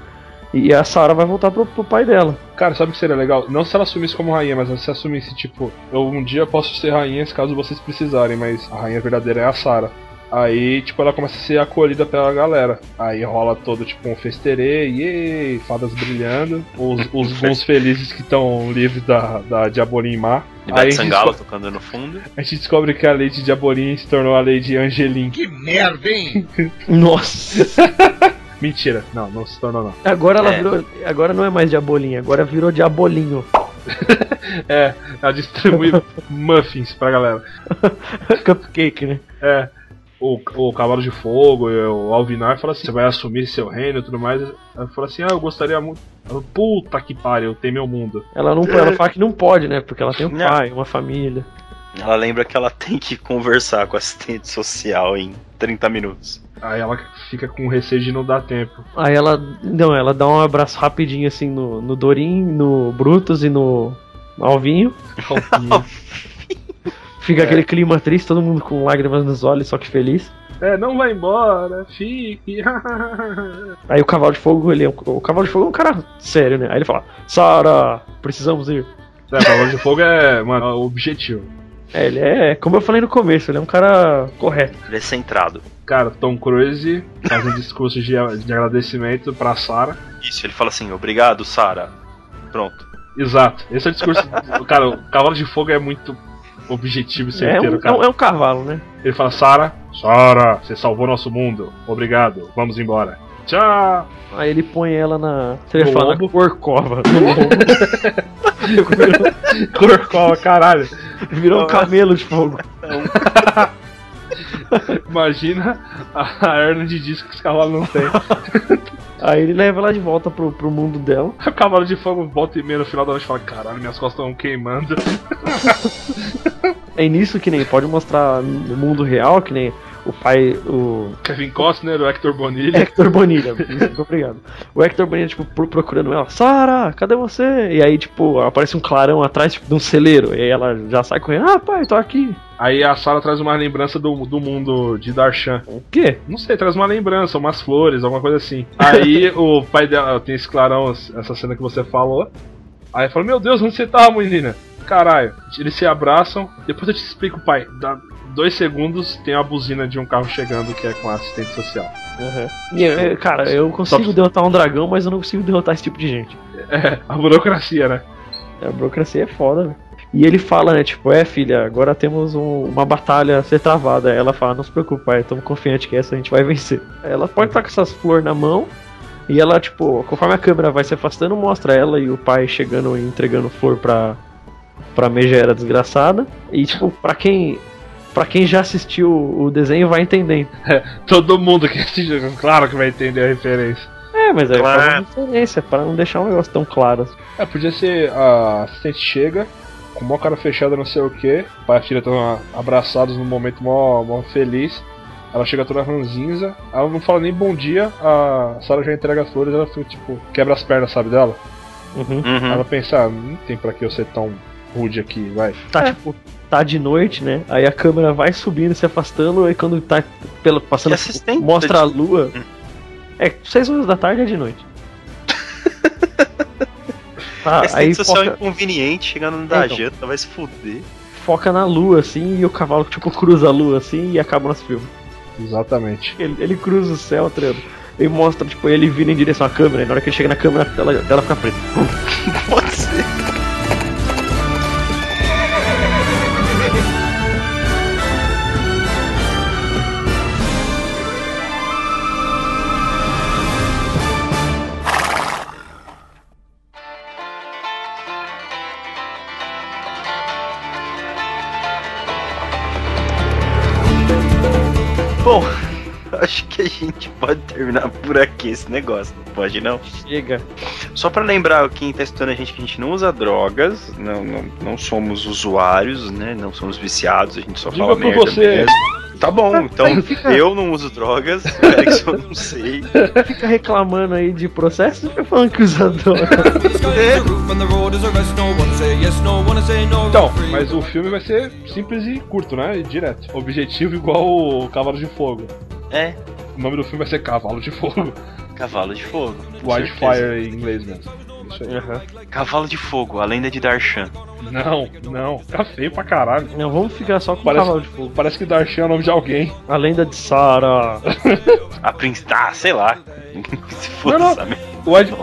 E a Sarah vai voltar pro, pro pai dela.
Cara, sabe o que seria legal? Não se ela assumisse como rainha, mas ela se assumisse, tipo, eu um dia posso ser rainha se caso vocês precisarem, mas a rainha verdadeira é a Sarah. Aí, tipo, ela começa a ser acolhida pela galera. Aí rola todo, tipo, um festerê, yay, fadas brilhando, os, os bons felizes que estão livres da, da Diabolim má.
E
Aí a
Beth
gente,
Sangalo
desco-
tocando no fundo.
a gente descobre que a Lady Diabolim se tornou a Lady Angelim.
Que merda, hein?
Nossa!
Mentira, não, não se tornou não.
Agora ela
É.
virou. Agora não é mais Diabolinha, agora virou Diabolinho.
É, ela distribui muffins pra galera.
Cupcake, né?
É. O, o Cavalo de Fogo, e o Alvinar fala assim: você vai assumir seu reino e tudo mais. Ela fala assim: ah, eu gostaria muito. Ela, Puta que pariu, tem meu mundo.
Ela não ela fala que não pode, né? Porque ela tem um pai, uma família.
Ela lembra que ela tem que conversar com a assistente social em 30 minutos.
Aí ela fica com receio de não dar tempo.
Aí ela. Não, ela dá um abraço rapidinho assim no, no Dorim, no Brutus e no Alvinho. Fica
É.
aquele clima triste, todo mundo com lágrimas nos olhos, só que feliz.
É, não vai embora, fique. É,
Aí o cavalo de fogo, ele é um, o cavalo de fogo é um cara sério, né? Aí ele fala: Sara, precisamos ir.
É, Cavalo de Fogo é, mano, é o objetivo.
É, ele é, como eu falei no começo, ele é um cara correto.
Ele é centrado.
Cara, Tom Cruise faz um discurso de, de agradecimento pra Sarah.
Isso, ele fala assim, obrigado, Sara. Pronto.
Exato, esse é o discurso. cara, o Cavalo de Fogo é muito objetivo e
É
certeiro,
um,
cara.
é um- é um cavalo, né?
Ele fala, Sara, Sara, você salvou nosso mundo. Obrigado, vamos embora. Tchau!
Aí ele põe ela na. Você ia
No
falar
lombo?
na corcova. No lombo.
Corcova, caralho.
Virou um camelo de fogo.
Imagina a a hernia de disco que esse cavalo não tem.
Aí ele leva ela de volta pro, pro mundo dela.
o cavalo de fogo volta e meia no final da noite e fala, caralho, minhas costas estão queimando.
É nisso que nem pode mostrar no mundo real, que nem o pai. O
Kevin Costner, o Hector Bonilha.
Hector Bonilha. Muito obrigado. O Hector Bonilha, tipo, pro- procurando ela. Sara, cadê você? E aí, tipo, aparece um clarão atrás, tipo, de um celeiro. E aí ela já sai correndo. Ah, pai, tô aqui.
Aí a Sara traz uma lembrança do, do mundo de Darshan. O
quê?
Não sei, traz uma lembrança, umas flores, alguma coisa assim. Aí o pai dela tem esse clarão, essa cena que você falou. Aí fala, meu Deus, onde você tá, menina? Caralho, eles se abraçam. Depois eu te explico, pai. Dá dois segundos, tem uma buzina de um carro chegando que é com assistente social.
E eu- eu- cara, eu consigo derrotar um dragão, mas eu não consigo derrotar esse tipo de gente.
É, a burocracia, né?
A burocracia é foda, velho. E ele fala, né, tipo, é filha, agora temos um- uma batalha a ser travada. Ela fala, não se preocupe, pai, estamos confiante que essa a gente vai vencer. Ela pode estar com essas flores na mão, e ela, tipo, conforme a câmera vai se afastando, mostra ela e o pai chegando e entregando flor pra, pra megera desgraçada. E, tipo, pra quem, pra quem já assistiu o desenho vai entendendo.
Todo mundo que assiste, claro que vai entender a referência.
É, mas é
Claro.
pra uma diferença, pra não deixar um negócio tão claro.
É, podia ser a assistente chega, com uma cara fechada, não sei o que. Pai e a filha estão abraçados num momento mó, mó feliz. Ela chega toda ranzinza, ela não fala nem bom dia, a Sarah já entrega as flores, ela fica tipo, quebra as pernas, sabe dela?
Hum.
Uhum.
Ela pensa, "Ah, não tem pra que eu ser tão rude aqui, vai.
Tá, tipo, tá de noite, né? Aí a câmera vai subindo, se afastando, e quando tá pela, passando, mostra a lua. É, seis horas da tarde é de noite. Tá, aí
Assistente social
foca,
é inconveniente, chegando no da
Então.
janta, vai se fuder.
foca na lua, assim, e o cavalo, tipo, cruza a lua, assim, e acaba o nosso filme.
Exatamente.
Ele, ele cruza o céu, tá ligado? E mostra, tipo, ele vindo em direção à câmera, e na hora que ele chega na câmera, ela, ela fica preta.
Pode ser. Bom, acho que a gente pode terminar por aqui esse negócio, não pode não?
Chega.
Só pra lembrar quem tá estudando a gente que a gente não usa drogas, não, não, não somos usuários, né? Não somos viciados, a gente só
Diga
fala
por
merda
você.
mesmo. Tá bom, então eu não uso drogas, o Erickson não sei.
Fica reclamando aí de processo, fica falando que usa droga.
Então, mas o filme vai ser simples e curto, né? E direto. Objetivo igual o Cavalo de Fogo.
É.
O nome do filme vai ser Cavalo de Fogo.
Cavalo de Fogo. com certeza. É.
Wildfire em inglês mesmo. Isso aí.
Cavalo de Fogo, a lenda de Darshan.
Não, não. Tá feio pra caralho.
Não, vamos ficar só com
parece,
Cavalo de
Fogo. Parece que Darshan é o nome de alguém.
A lenda de Sara.
A princesa. Ah, sei lá. Se foda
Não, não.
essa merda.
O Ed...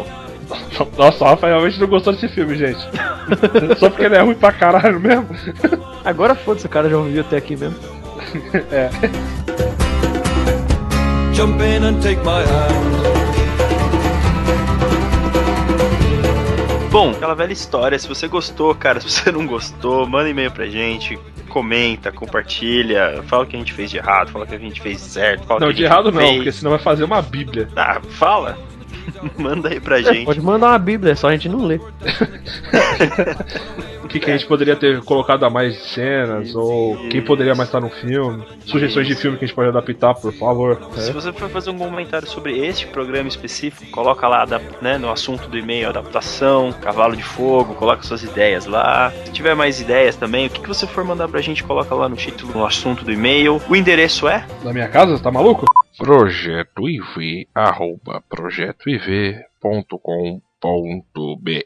Nossa, o Rafael realmente não gostou desse filme, gente. Só porque ele é ruim pra caralho mesmo.
Agora foda-se, o cara já ouviu até aqui mesmo.
é.
Jump in and take my hand.
Bom, aquela velha história, se você gostou, cara, se você não gostou, manda e-mail pra gente, comenta, compartilha, fala o que a gente fez de errado, fala o que a gente fez certo, fala o
Não,
que
de
a gente
errado não,
fez.
porque senão vai fazer uma bíblia.
Ah, fala. manda aí pra gente.
É, Pode mandar uma bíblia, é só a gente não ler.
O que, que a gente poderia ter colocado a mais de cenas, ou quem poderia mais estar no filme. Sugestões de filme que a gente pode adaptar, por favor.
Se você for fazer um comentário sobre este programa específico, coloca lá adap- né, no assunto do e-mail adaptação, cavalo de fogo, coloca suas ideias lá. Se tiver mais ideias também, o que, que você for mandar pra gente, coloca lá no título, no assunto do e-mail. O endereço é
Na minha casa, tá maluco?
Projeto IV, arroba projetoiv.com.br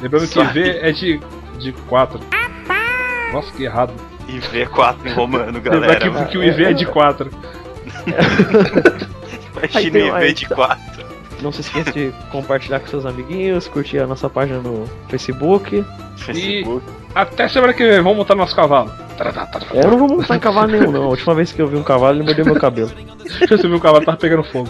Lembrando que V é de, de 4. Nossa, que errado.
IV4 em romano,
Lembrar
galera.
que, que o IV é de 4.
Aí
Imagina
tem-
o
aí,
IV de 4.
Não se esqueça de compartilhar com seus amiguinhos, curtir a nossa página no Facebook.
E até semana que vem, vamos montar no nosso cavalo.
É, Eu não vou montar em cavalo nenhum, não. A última vez que eu vi um cavalo, ele mordeu meu cabelo.
Deixa eu ver o cavalo, tava pegando fogo.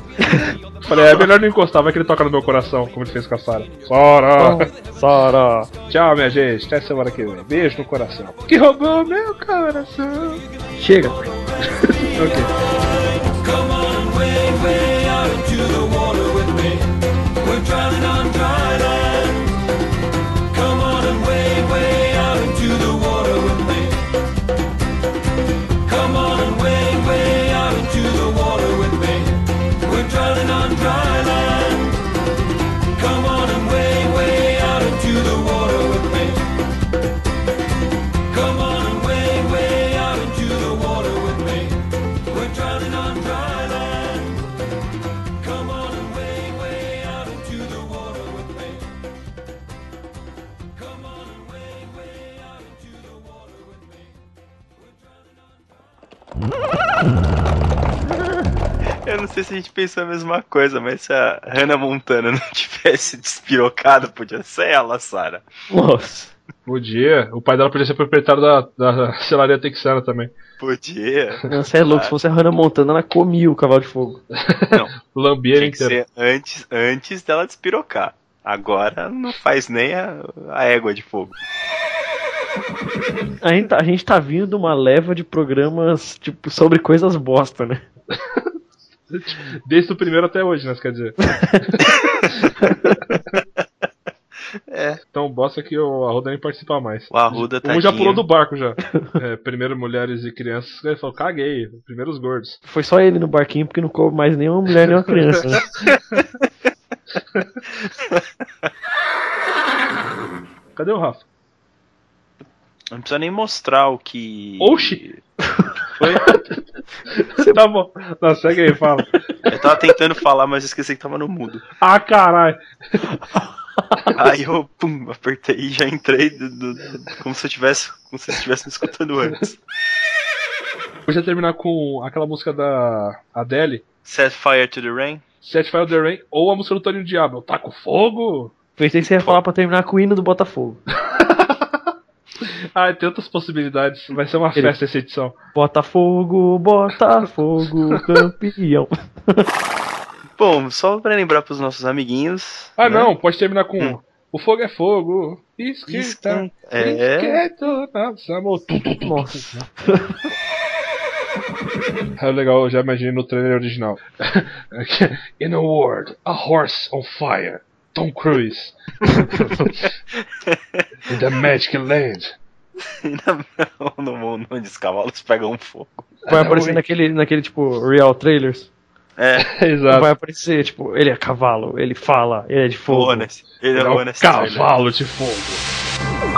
Falei, é melhor não encostar, vai que ele toca no meu coração, como ele fez com a Sara. Sara!
Sara!
Tchau, minha gente, até semana que vem. Beijo no coração. Que roubou meu coração.
Chega.
ok.
Come on, way, way out into the water with me. We're drowning on dry land. Come on and way, way out into the water with me. Come on and way, way out into the water with me. We're drowning on dry land. Come on and way, way out into the water with me. Come on and way, way out into the water with me. We're drowning.
Eu não sei se a gente pensou a mesma coisa, mas se a Hannah Montana não tivesse despirocado, podia ser ela, Sarah.
Nossa.
Podia. O pai dela podia ser proprietário da, da selaria texana também.
Podia.
Não, Você é louco, se fosse a Hannah Montana, ela comia o cavalo de fogo.
Lambia
Tinha que ser antes, antes dela despirocar. Agora não faz nem a, a égua de fogo.
A gente, tá, a gente tá vindo de uma leva de programas, tipo, sobre coisas bosta, né?
Desde o primeiro até hoje, né? Quer dizer.
É.
Tão Então, bosta que o Arruda nem participa mais.
O Arruda,
Um já
tadinho.
pulou do barco já. É, primeiro mulheres e crianças, ele falou, caguei. Primeiro os gordos.
Foi só ele no barquinho porque não coube mais nenhuma mulher, nenhuma criança, né?
Cadê o Rafa?
Não precisa nem mostrar o que.
Oxi! tá bom. Não, segue aí, fala.
Eu tava tentando falar, mas eu esqueci que tava no mudo.
Ah, caralho.
Aí eu pum, apertei e já entrei do- do- do- como se eu tivesse. Como se eu estivesse me escutando antes.
Vou já terminar com aquela música da Adele.
Set fire to the rain.
Set Fire to the Rain ou a música do Toninho Diabo. Tá com fogo?
Pensei que você ia falar pra terminar com o hino do Botafogo.
Ah, tem outras possibilidades. Vai ser uma
Ele-
festa essa edição.
Botafogo, Botafogo, campeão.
Bom, só pra lembrar pros nossos amiguinhos.
Ah,
né?
não, pode terminar com O fogo é fogo. Esquenta. né?
Esquenta. É.
Esquenta. Nossa, amor.
Nossa.
É legal, eu já imaginei no trailer original. In a world, a horse on fire. Tom Cruise. In the magic land.
Não, no mundo onde os cavalos pegam fogo.
Vai aparecer naquele, naquele, tipo, real trailers.
É,
exato.
Vai aparecer, tipo, ele é cavalo, ele fala, ele é de fogo.
Honest. Ele é
Ele é um
honest
cavalo
de fogo.